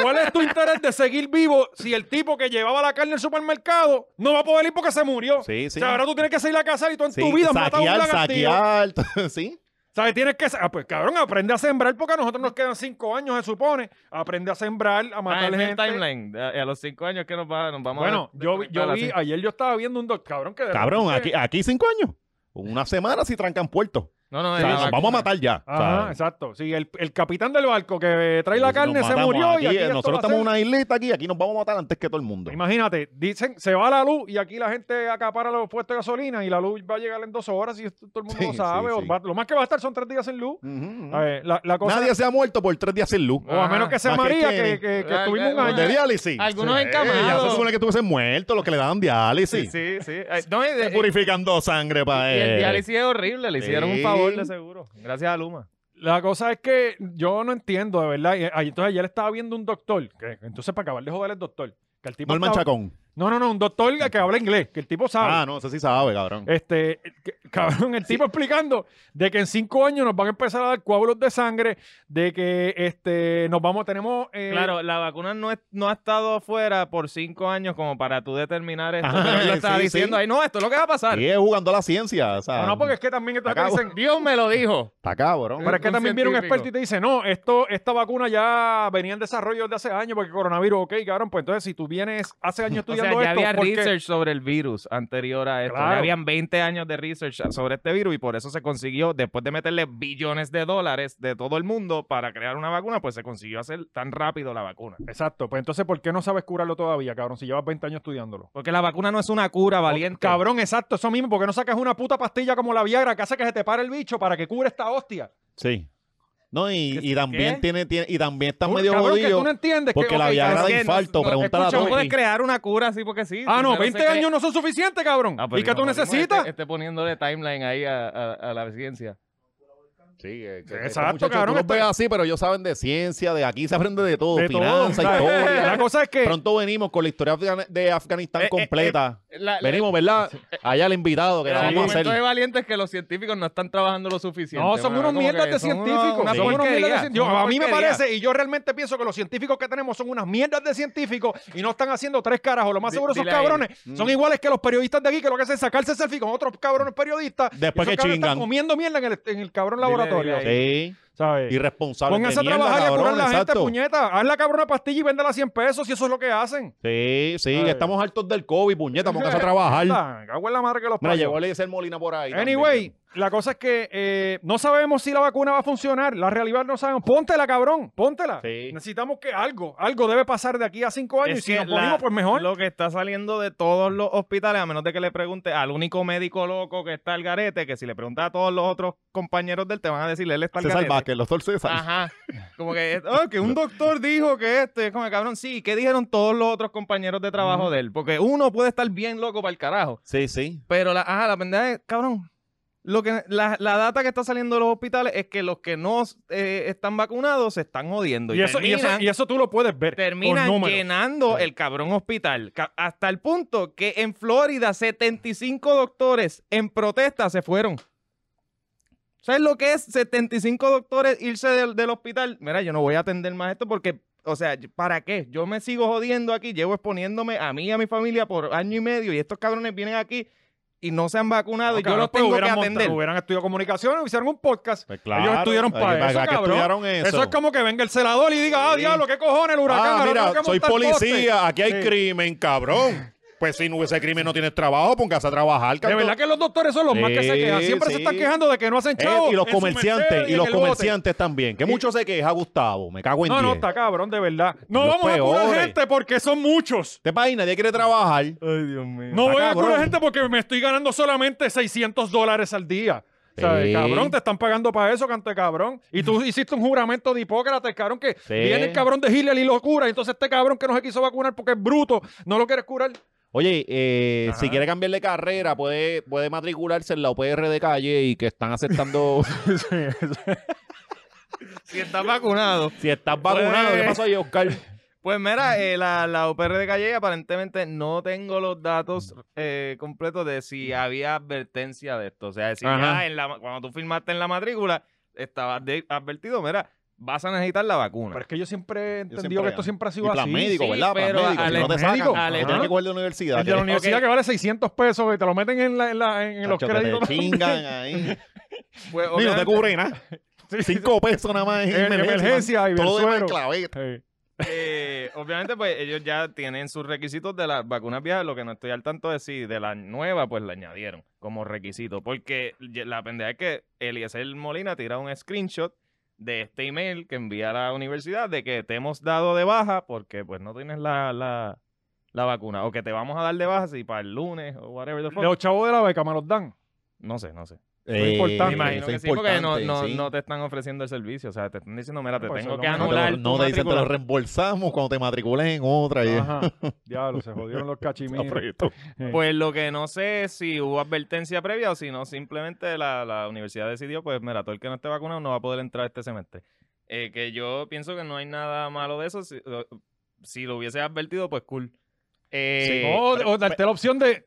S2: ¿Cuál es tu interés de seguir vivo si el tipo que llevaba la carne al supermercado no va a poder ir porque se murió?
S3: Sí, sí.
S2: O sea, ahora tú tienes que seguir a cazar y tú en
S3: Sí,
S2: tu vida has matado a un
S3: saquear,
S2: lagartijo.
S3: saquear, sí.
S2: ¿Sabes? Tienes que. sa- Ah, pues cabrón, aprende a sembrar porque a nosotros nos quedan cinco años, se supone. Aprende a sembrar, a
S4: Ah,
S2: matar
S4: ese es el
S2: gente.
S4: timeline. A, a los cinco años que nos, va, nos vamos
S2: Bueno,
S4: a...
S2: yo, vi- yo
S4: desconectar
S2: vi.
S4: así.
S2: Ayer yo estaba viendo un doc, cabrón, que. de
S3: Cabrón,
S2: repente-
S3: aquí, aquí cinco años. Una semana si trancan puerto.
S4: No, no,
S3: O
S4: es
S3: sea,
S4: la
S3: nos
S4: vacuna.
S3: vamos a matar ya. O sea,
S2: Ajá, exacto. Sí, el, el capitán del barco que trae la
S3: nos
S2: carne se
S3: matamos
S2: murió
S3: aquí,
S2: y aquí
S3: eh,
S2: esto
S3: nosotros
S2: va a
S3: estamos en
S2: ser-
S3: una islita aquí, aquí nos vamos a matar antes que todo el mundo.
S2: Imagínate, dicen, se va la luz y aquí la gente acapara los puestos de gasolina y la luz va a llegar en dos horas y esto todo el mundo
S3: Sí,
S2: lo sabe.
S3: sí,
S2: o
S3: sí.
S2: va- lo más que va a estar son tres días sin luz.
S3: Ujú, ujú.
S2: A ver, la, la cosa,
S3: Nadie se ha muerto por tres días sin luz.
S2: o a menos que sea
S3: Ah, más que
S2: María, que,
S3: Kenny.
S2: que- que
S4: Ah,
S2: tuvimos un
S4: ah,
S3: Los de
S2: año.
S3: diálisis.
S4: Algunos
S3: Sí, Ya se
S4: encamados.
S3: supone que estuviesen muertos los que le daban diálisis.
S4: Sí, sí, sí. Ay, No, y, de- y-
S3: Purificando sangre para
S4: y el
S3: él.
S4: diálisis es horrible. Le hicieron un
S3: Sí.
S4: favor de seguro. Gracias a Luma.
S2: La cosa es que yo no entiendo, de verdad. Y, ay, entonces ayer estaba viendo un doctor, que entonces para acabar de joder el doctor. Que el tipo
S3: Norman
S2: estaba-
S3: Chacón.
S2: no, no, no, un doctor que habla inglés, que el tipo sabe.
S3: Ah, no, ese sí sabe, cabrón.
S2: Este, que- cabrón, el tipo explicando de que en cinco años nos van a empezar a dar coágulos de sangre, de que este, nos vamos, tenemos. eh,
S4: Claro, la vacuna no, es- no ha estado afuera por cinco años como para tú determinar esto.
S3: Ajá,
S4: pero él lo estaba
S3: sí,
S4: diciendo
S3: sí.
S4: ahí. No, esto es lo que va a pasar.
S3: Sigue jugando a la ciencia. o sea,
S2: Ah, No, no, porque es que también esto es que
S3: Acabo.
S2: dicen.
S4: Dios me lo dijo.
S3: Está cabrón.
S2: Pero es que
S4: Un
S2: también viene un
S4: científico.
S2: experto y te dice, no, esto, esta vacuna ya venía en desarrollo desde hace años porque coronavirus, ok, cabrón, pues entonces si tú vienes hace años
S4: O sea,
S2: estudiando
S4: ya
S2: esto,
S4: había
S2: ¿por qué?
S4: research sobre el virus anterior a esto.
S2: Claro.
S4: Ya habían 20 años de research sobre este virus y por eso se consiguió, después de meterle billones de dólares de todo el mundo para crear una vacuna, pues se consiguió hacer tan rápido la vacuna.
S2: Exacto, pues entonces ¿por qué no sabes curarlo todavía, cabrón, si llevas 20 años estudiándolo?
S4: Porque la vacuna no es una cura valiente.
S2: Cabrón, exacto, eso mismo, porque no sacas una puta pastilla como la Viagra que hace que se te pare el bicho para que cure esta hostia?
S3: Sí. No, y, y también
S4: ¿Qué?
S3: tiene, tiene- y también está
S2: Tú,
S3: medio
S2: cabrón, que
S3: jodido.
S2: tú no entiendes
S3: porque
S2: que,
S3: la
S2: ok,
S3: Viagra
S2: cabrón,
S3: da
S4: que no-
S3: infarto,
S4: no-
S3: pregúntale a
S4: escucha, no
S3: Tommy.
S4: puedes crear una cura así porque sí.
S2: Ah, no,
S4: Primero se
S2: 20
S4: crea-
S2: años no son suficientes, cabrón.
S4: Ah, pero
S2: ¿Y qué tú
S4: no, mismo
S2: necesitas?
S4: Esté, esté poniéndole timeline ahí a, a- a la ciencia.
S3: Sí, que- que-
S2: Exacto,
S3: muchachos,
S2: cabrón,
S3: Tú los
S2: esto-
S3: ves así, pero ellos saben de ciencia, de aquí se aprende de todo,
S2: De todo,
S3: finanza,
S2: ¿sabes? La
S3: historia.
S2: cosa es que
S3: Pronto venimos con la historia afgan- de Afganistán
S4: Eh, eh,
S3: completa.
S4: La- la-
S3: venimos, ¿verdad? Allá el invitado que
S4: el
S3: la vamos a
S4: argumento de
S3: hacer.
S4: valiente es que los científicos no están trabajando lo suficiente.
S2: no, son
S4: mano,
S2: unos
S4: como
S2: mierdas
S4: que
S2: de
S4: son unos-
S2: científicos.
S4: una
S2: son unos mierdas de
S4: porquería,
S2: científicos.
S4: son una
S2: a mí me
S4: porquería.
S2: parece, y yo realmente pienso que los científicos que tenemos son unas mierdas de científicos y no están haciendo tres carajos. Lo más
S4: Di-
S2: seguro, esos
S4: dile Mm. ahí.
S2: cabrones son iguales que los periodistas de aquí, que lo que hacen es sacarse selfie con otros cabrones periodistas.
S3: Después
S2: Y esos
S3: que
S2: cabrones están
S3: chingan.
S2: comiendo mierda en el, en el cabrón
S4: Dile,
S2: laboratorio.
S4: dile ahí.
S3: Sí,
S2: ¿sabes?
S3: irresponsable.
S2: Pónganse a trabajar y a curar a la gente, puñeta. Haz la cabrona pastilla y véndela a 100 pesos si eso es lo que hacen.
S3: Sí, sí,
S2: Ay.
S3: estamos hartos del COVID, puñeta, pónganse a trabajar.
S2: Anda, Cago en la madre que los
S3: Mira,
S2: parió.
S3: llegó el Eliezer Molina por ahí. también.
S2: Anyway, la cosa es que eh, no sabemos si la vacuna va a funcionar. La realidad no sabemos. Póntela, cabrón. Póntela.
S3: Sí.
S2: Necesitamos que algo, algo debe pasar de aquí a cinco años.
S4: Es
S2: y si
S4: que
S2: nos ponemos,
S4: la-
S2: pues mejor.
S4: Lo que está saliendo de todos los hospitales, a menos de que le pregunte al único médico loco que está al garete, que si le preguntas a todos los otros compañeros del te van a decir, él está al
S3: César
S4: garete.
S3: Vázquez, los doctor César.
S4: Ajá. Como que, oh, que un doctor dijo que esto. Y es como, cabrón, sí. ¿Qué dijeron todos los otros compañeros de trabajo de él? Porque uno puede estar bien loco para el carajo.
S3: Sí, sí.
S4: Pero la, ajá, la pendeja es, cabrón. Lo que, la, la data que está saliendo de los hospitales es que los que no eh, están vacunados se están jodiendo. Y,
S2: y, eso, y, eso,
S4: terminan-
S2: y eso tú lo puedes ver.
S4: terminan
S2: con números.
S4: llenando el cabrón hospital. Ca- Hasta el punto que en Florida 75 doctores en protesta se fueron. ¿Sabes lo que es 75 doctores irse del, del hospital? Mira, yo no voy a atender más esto porque O sea, ¿para qué? Yo me sigo jodiendo aquí, llevo exponiéndome a mí y a mi familia por año y medio y estos cabrones vienen aquí y no se han vacunado y yo
S2: Cabrón,
S4: los
S2: pues
S4: tengo que
S2: hubieran monta-
S4: atender.
S2: hubieran estudiado comunicaciones, hicieron un podcast.
S3: Pues claro,
S2: Ellos estudiaron
S3: ay,
S2: para eso,
S3: ¿para qué
S2: cabrón.
S3: estudiaron
S2: Eso.
S3: eso?
S2: es como que venga el celador y diga, ah,
S3: Sí.
S2: diablo, qué cojones, el huracán.
S3: Ah,
S2: ahora
S3: mira,
S2: tengo que
S3: soy
S2: montar poste.
S3: policía, aquí hay
S2: Sí.
S3: crimen, cabrón. Pues si no hubiese crimen no tienes trabajo, póngase a trabajar,
S2: De
S3: cabrón.
S2: verdad que los doctores son los más que se
S3: Sí,
S2: quejan. Siempre se
S3: sí.
S2: están quejando de que no hacen
S3: Eh,
S2: chavos.
S3: y los
S2: en su
S3: comerciantes,
S2: Mercedes
S3: y
S2: en
S3: los
S2: el bote.
S3: comerciantes también. Que mucho se queja, Gustavo. Me cago en
S2: No, no,
S3: diez.
S2: está cabrón, de verdad. No
S3: Los
S2: vamos a curar
S3: peores.
S2: gente porque son muchos.
S3: Este país nadie quiere trabajar.
S4: Ay, Dios mío.
S2: No
S3: Está
S2: voy a
S3: cabrón.
S2: curar gente porque me estoy ganando solamente 600 dólares al día. ¿Sabes?
S3: Sí.
S2: Cabrón, te están pagando para eso, canto de cabrón. Y tú hiciste un juramento de Hipócrates, cabrón, que
S3: Sí.
S2: viene el cabrón de Hitler y lo cura. y Entonces este cabrón que no se quiso vacunar porque es bruto, no lo quieres curar.
S3: Oye, eh,
S2: Ajá.
S3: si quiere cambiar de carrera, puede, puede matricularse en la UPR de calle y que están aceptando.
S4: Si estás vacunado.
S3: si estás vacunado, ¿qué pasó ahí, Oscar?
S4: Pues mira, eh, la, la OPR de Calle aparentemente no tengo los datos eh, completos de si había advertencia de esto. O sea, si
S2: Ajá.
S4: ya en la- cuando tú firmaste en la matrícula, estabas de- advertido, mira, vas a necesitar la vacuna.
S2: Pero es que yo siempre he entendido
S3: siempre-
S2: que esto siempre ha
S3: Y
S2: sido así.
S3: plan médico,
S4: sí,
S3: ¿verdad? Plan
S4: pero
S3: médico. Si
S4: Ale-
S3: no te
S2: médico,
S3: sacan,
S4: Ale-
S3: te tienes
S2: ajá.
S3: que coger de la universidad.
S2: El de la
S3: que-
S2: universidad que vale 600 pesos y te lo meten en, la- en la- en los
S3: Chacho, que te
S2: créditos.
S3: chingan ahí.
S4: Pues,
S3: Y no te
S4: obviamente-
S3: cubre nada. Cinco pesos nada más. en
S2: En emergencia y
S3: Todo
S2: el
S3: lo demás
S2: suero.
S3: clave.
S2: Sí.
S4: Eh, obviamente, pues ellos ya tienen sus requisitos de las vacunas viejas. Lo que no estoy al tanto es si de la nueva, pues la añadieron como requisito. Porque ye- la pendeja es que Eliezer Molina tira un screenshot de este email que envía a la universidad de que te hemos dado de baja porque pues no tienes la, la, la vacuna. O que te vamos a dar de baja si para el lunes o whatever the fuck.
S2: Los chavos de la beca me los dan.
S4: No sé, no sé.
S3: Eh,
S2: es importante.
S4: Me
S2: Sí,
S4: imagino
S3: eso
S4: que
S3: es
S4: sí, porque no,
S3: importante,
S4: no,
S3: sí.
S4: no te están ofreciendo el servicio. O sea, te están diciendo, mira, te
S2: Pues
S4: tengo
S2: eso
S4: que
S2: es lo
S3: No,
S2: menos.
S3: te
S4: anular
S3: lo,
S4: tu
S3: no te dicen, te
S4: matrícula".
S3: lo reembolsamos cuando te matricules en otra. y-
S2: Ajá. Diablo, se jodieron los cachimines.
S4: Pues lo que no sé es si hubo advertencia previa o si no, simplemente la, la universidad decidió, pues mira, todo el que no esté vacunado no va a poder entrar este semestre. Eh, que yo pienso que no hay nada malo de eso. Si, lo- si lo hubiese advertido, pues cool. Eh,
S2: o, o darte la opción de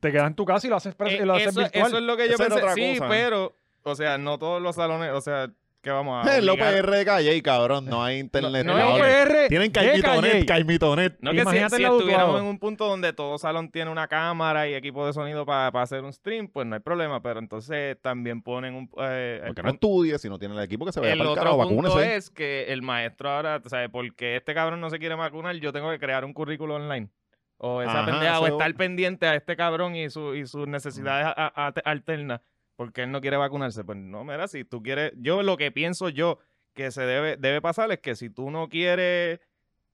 S2: te quedas en tu casa y lo haces, pre-
S4: eh,
S2: lo haces
S4: eso,
S2: virtual.
S4: eso es lo que yo
S3: Esa era
S4: pensé.
S3: otra
S4: Sí,
S3: cosa.
S4: pero, o sea, no todos los salones, o sea, que vamos a
S3: El
S4: obligar?
S3: OPR de calle, y, cabrón, no hay internet.
S4: Ah, No,
S2: El
S4: no,
S3: cabrón.
S2: OPR
S3: Tienen
S2: de
S3: caimitonet,
S2: calle.
S3: caimitonet.
S4: No, que si-
S2: Imagínate
S4: si,
S2: la
S4: estuviéramos
S2: Utuado.
S4: en un punto donde todo salón tiene una cámara y equipo de sonido para hacer un stream, pues no hay problema, pero entonces también ponen un... eh, el
S3: Porque no
S4: punto-
S3: estudie, si no tiene el equipo que se vaya
S4: el
S3: para el
S4: otro
S3: carajo,
S4: punto
S3: vacúnese.
S4: es que el maestro ahora, o sea, porque este cabrón no se quiere vacunar, yo tengo que crear un currículo online. O esa
S3: Ajá,
S4: pendeja, o
S3: eso-
S4: estar pendiente a este cabrón y, su, y sus necesidades a- a- a- alternas, porque él no quiere vacunarse. Pues no, mira, si tú quieres, yo lo que pienso yo que se debe, debe pasar es que si tú no quieres,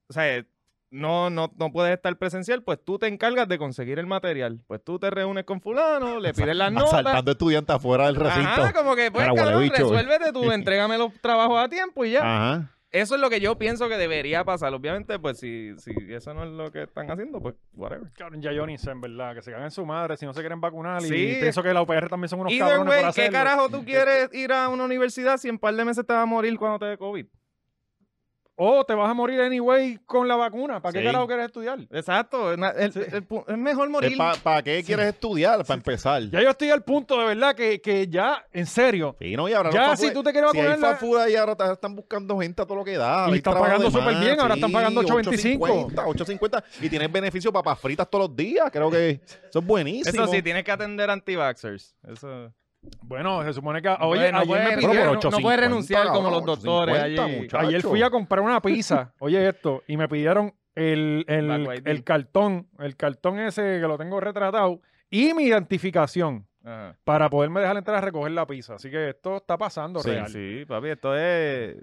S4: o sea, no, no, no puedes estar presencial, pues tú te encargas de conseguir el material. Pues tú te reúnes con fulano, le pides las notas.
S3: Asaltando estudiantes afuera del recinto.
S4: Ajá,
S3: Ajá.
S4: como que pues,
S3: Cara, huele
S4: cabrón,
S3: bicho. Ah.
S4: resuélvete tú, entrégame los trabajos a tiempo y ya. Eso es lo que yo pienso que debería pasar. Obviamente, pues si, si eso no es lo que están haciendo, pues whatever.
S2: Cabrón, ya yo ni sé, en verdad, que se cagan en su madre si no se quieren vacunar.
S4: Sí.
S2: Y pienso que la UPR también son unos
S4: Either
S2: cabrones
S4: way,
S2: por
S4: ¿qué
S2: hacerlo. Este
S4: carajo tú quieres ir a una universidad si en par de meses te vas a morir cuando te dé COVID?
S2: O te vas a morir anyway con la vacuna. ¿Para qué
S3: Sí.
S2: carajo quieres estudiar?
S4: Exacto. na- el- el pu- es mejor morir.
S3: ¿Para Eh, qué quieres estudiar? Para empezar.
S2: Ya yo estoy al punto de verdad que, que ya, en serio,
S3: Sí, no, y ahora
S2: Ya,
S3: los fast
S2: si
S3: food-
S2: tú te quieres
S3: si hay
S2: vacunar, la-
S3: fast food ahí ahora ta- están buscando gente a todo lo que da.
S2: Y
S3: hay
S2: están
S3: trabajo
S2: pagando
S3: de
S2: súper
S3: más,
S2: bien, ahora están pagando 8.25.
S3: 8.50, 8.50. Y tienes beneficio para papas fritas todos los días. Creo que eso es buenísimo.
S4: eso sí, tienes que atender anti-vaxxers. Eso.
S2: bueno, se supone que. Oye,
S4: Bueno,
S2: ayer,
S4: bueno,
S2: me
S4: pero
S2: pidieron-
S4: no- no puedes renunciar como los doctores allí.
S2: ayer fui a comprar una pizza. oye, esto. Y me pidieron el, el-
S4: Back ID.
S2: el cartón. El cartón ese que lo tengo retratado. Y mi identificación.
S4: Ajá.
S2: para poderme dejar entrar a recoger la pizza. Así que esto está pasando
S3: Sí,
S2: real.
S4: Sí, papi, esto es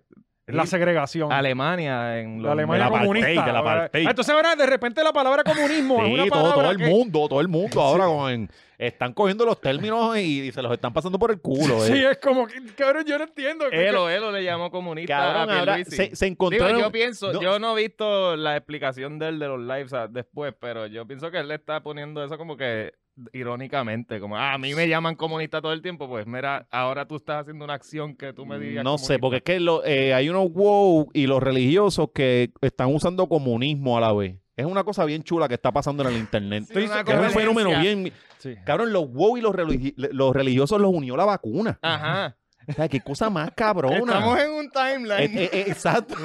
S2: La segregación.
S4: Alemania en
S2: la
S4: los
S2: Alemania
S3: del apartheid,
S2: comunista.
S3: del apartheid.
S2: Ah, Entonces ahora de repente la palabra comunismo es una
S3: Sí, todo,
S2: palabra
S3: todo el
S2: que-
S3: mundo, todo el mundo ahora con- en- están cogiendo los términos y, y se los están pasando por el culo.
S2: Sí,
S3: eh.
S2: es como que, cabrón, yo no entiendo.
S4: Elo, Elo le llamó comunista
S3: Cabrón,
S4: a
S3: ahora
S4: Pierluisi.
S3: se, se
S4: Digo,
S3: encontraron.
S4: yo pienso,
S3: no-
S4: yo no he visto la explicación de él de los lives ah, después, pero yo pienso que él le está poniendo eso como que irónicamente, como "Ah, a mí me llaman comunista todo el tiempo, pues mira, ahora tú estás haciendo una acción que tú me dirías.
S3: No sé, porque
S4: comunista".
S3: es que lo- eh, hay unos wow y los religiosos que están usando comunismo a la vez. Es una cosa bien chula que está pasando en el internet.
S4: Sí,
S3: Que
S4: una
S3: es un
S4: coherencia.
S3: fenómeno bien.
S2: Sí.
S3: Cabrón, los wow y los, religi- los religiosos los unió la vacuna.
S4: Ajá.
S3: O sea, qué cosa más cabrona.
S4: Estamos en un timeline.
S3: Eh, eh, eh, exacto.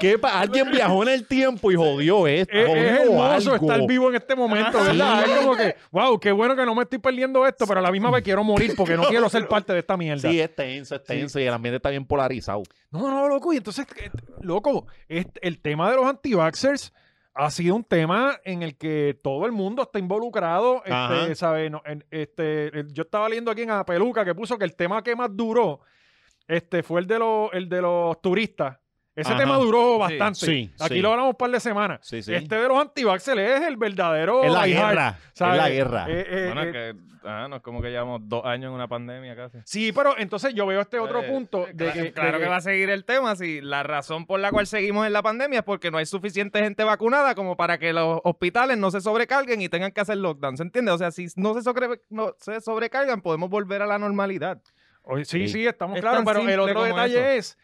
S3: ¿Qué pa- Alguien viajó en el tiempo y jodió esto.
S2: Eh, Es,
S3: jodió
S2: es hermoso
S3: algo.
S2: estar vivo en este momento, ¿verdad? Es como que, wow, qué bueno que no me estoy perdiendo esto, pero a la misma vez quiero morir porque no quiero ser parte de esta mierda.
S3: Sí, es tenso, es tenso y el ambiente está bien polarizado.
S2: No, no, loco. Y entonces, eh, loco, este- el tema de los anti-vaxxers ha sido un tema en el que todo el mundo está involucrado. Este,
S3: Ajá.
S2: ¿sabe? No, en- este, el- yo estaba leyendo aquí en la peluca que puso que el tema que más duró este, fue el de, los el de los turistas. Ese
S3: Ajá.
S2: tema duró
S4: Sí,
S2: bastante.
S3: sí,
S2: aquí
S3: sí.
S2: lo hablamos un par de semanas.
S3: Sí, sí.
S2: Este de los anti-vaxxers es el verdadero.
S3: es la
S2: die hard,
S3: guerra.
S2: ¿sabe?
S3: Es la guerra.
S2: Eh, eh,
S4: Bueno,
S2: eh,
S4: es que, ah, no es como que llevamos dos años en una pandemia casi.
S2: Sí, pero entonces yo veo este otro
S4: Eh,
S2: punto.
S4: eh,
S2: de
S4: claro,
S2: que, de
S4: claro que
S2: que-
S4: va a seguir el tema. Si la razón por la cual seguimos en la pandemia es porque no hay suficiente gente vacunada como para que los hospitales no se sobrecarguen y tengan que hacer lockdown. ¿Se entiende? O sea, si no se, sobre- no se sobrecargan, podemos volver a la normalidad.
S2: Oye, sí,
S3: Sí.
S2: sí, estamos
S4: Es
S2: claro,
S4: tan
S2: pero el
S4: simple
S2: otro
S4: como
S2: detalle es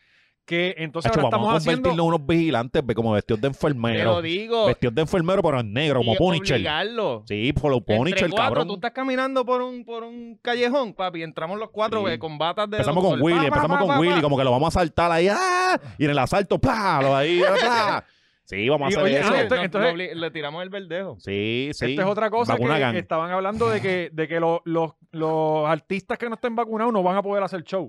S2: que entonces
S3: Hacho,
S2: ahora
S3: vamos a
S2: estamos
S3: convertirnos en
S2: haciendo
S3: unos vigilantes ve, como vestidos de
S4: Te
S3: enfermero.
S4: lo digo.
S3: Vestidos de enfermero, pero en negro, como
S4: y
S3: Punisher.
S4: obligarlo.
S3: Sí, como
S4: Entre
S3: Punisher,
S4: cuatro,
S3: cabrón.
S4: tú estás caminando por un, por un callejón, papi, entramos los cuatro
S3: Sí.
S4: güey, con batas de
S3: Empezamos
S4: doctor.
S3: con Willy,
S4: Pa, pa,
S3: empezamos
S4: pa,
S3: con
S4: pa,
S3: Willy,
S4: pa.
S3: como que lo vamos a saltar ahí, ¡ah! Y en el asalto, ¡pah! Lo ahí, ¡pah! Sí, vamos a
S2: Y,
S3: hacer
S2: oye,
S3: eso.
S2: ah,
S4: Sí,
S2: entonces-
S4: no-
S2: entonces-
S4: no obli- le tiramos el verdejo.
S3: sí, sí.
S2: Esta es otra cosa
S3: Vacuna
S2: que este
S3: gang.
S2: estaban hablando de que, de que los, los, los artistas que no estén vacunados no van a poder hacer show.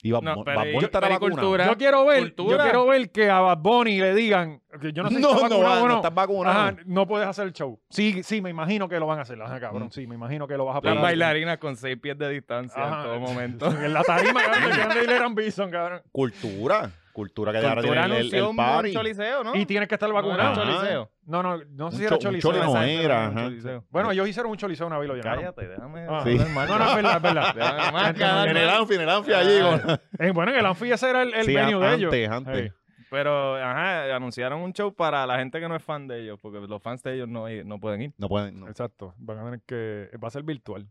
S3: Y va,
S4: No,
S3: va-
S4: pero
S3: va a
S4: yo-
S3: estar
S4: pero
S3: la
S4: y
S3: vacuna.
S4: cultura.
S2: Yo quiero ver, yo
S4: Cultura.
S2: quiero ver que a Bad Bunny le digan que yo no sé si está
S3: No, no,
S2: vacunado
S3: va,
S2: o
S3: no
S2: no.
S3: estás vacunado.
S2: Ajá, no puedes hacer show. Sí, sí, me imagino que lo van a hacer. Ajá, cabrón.
S3: Mm.
S2: Sí, me imagino que lo vas a
S4: Las
S2: poder hacer.
S4: bailarinas con seis pies de distancia
S2: Ajá.
S4: en todo momento.
S2: En la tarima, cabrón, de Grande Hilarion Bison, cabrón.
S3: Cultura. Cultura que ahora tiene
S4: Cultura
S3: el, el,
S4: anunció
S3: el
S4: un
S3: party.
S4: choliseo, ¿no?
S2: Y tienes que estar
S4: Ajá.
S2: vacunado.
S3: Ajá.
S4: choliseo.
S2: No, no, no sé
S3: Un
S2: si era
S3: cho- un
S2: choliseo.
S3: chole no era, ajá.
S2: Bueno, ellos hicieron un choliseo una vez y lo llenaron.
S4: Cállate, déjame.
S2: Ah.
S3: Sí.
S2: No, no, es verdad, es verdad.
S4: Déjame más,
S2: Gente, no,
S4: cada-
S3: En el anfi, en el anfi allí. con-
S2: Eh, bueno, en el Anfi ese era el, el
S3: Sí,
S2: venue de
S3: Ah, antes,
S2: ellos.
S3: antes.
S2: Ey.
S4: Pero, ajá, anunciaron un show para la gente que no es fan de ellos, porque los fans de ellos no, eh, no pueden ir.
S3: No pueden. no.
S2: Exacto. Van a tener que. Va a ser virtual.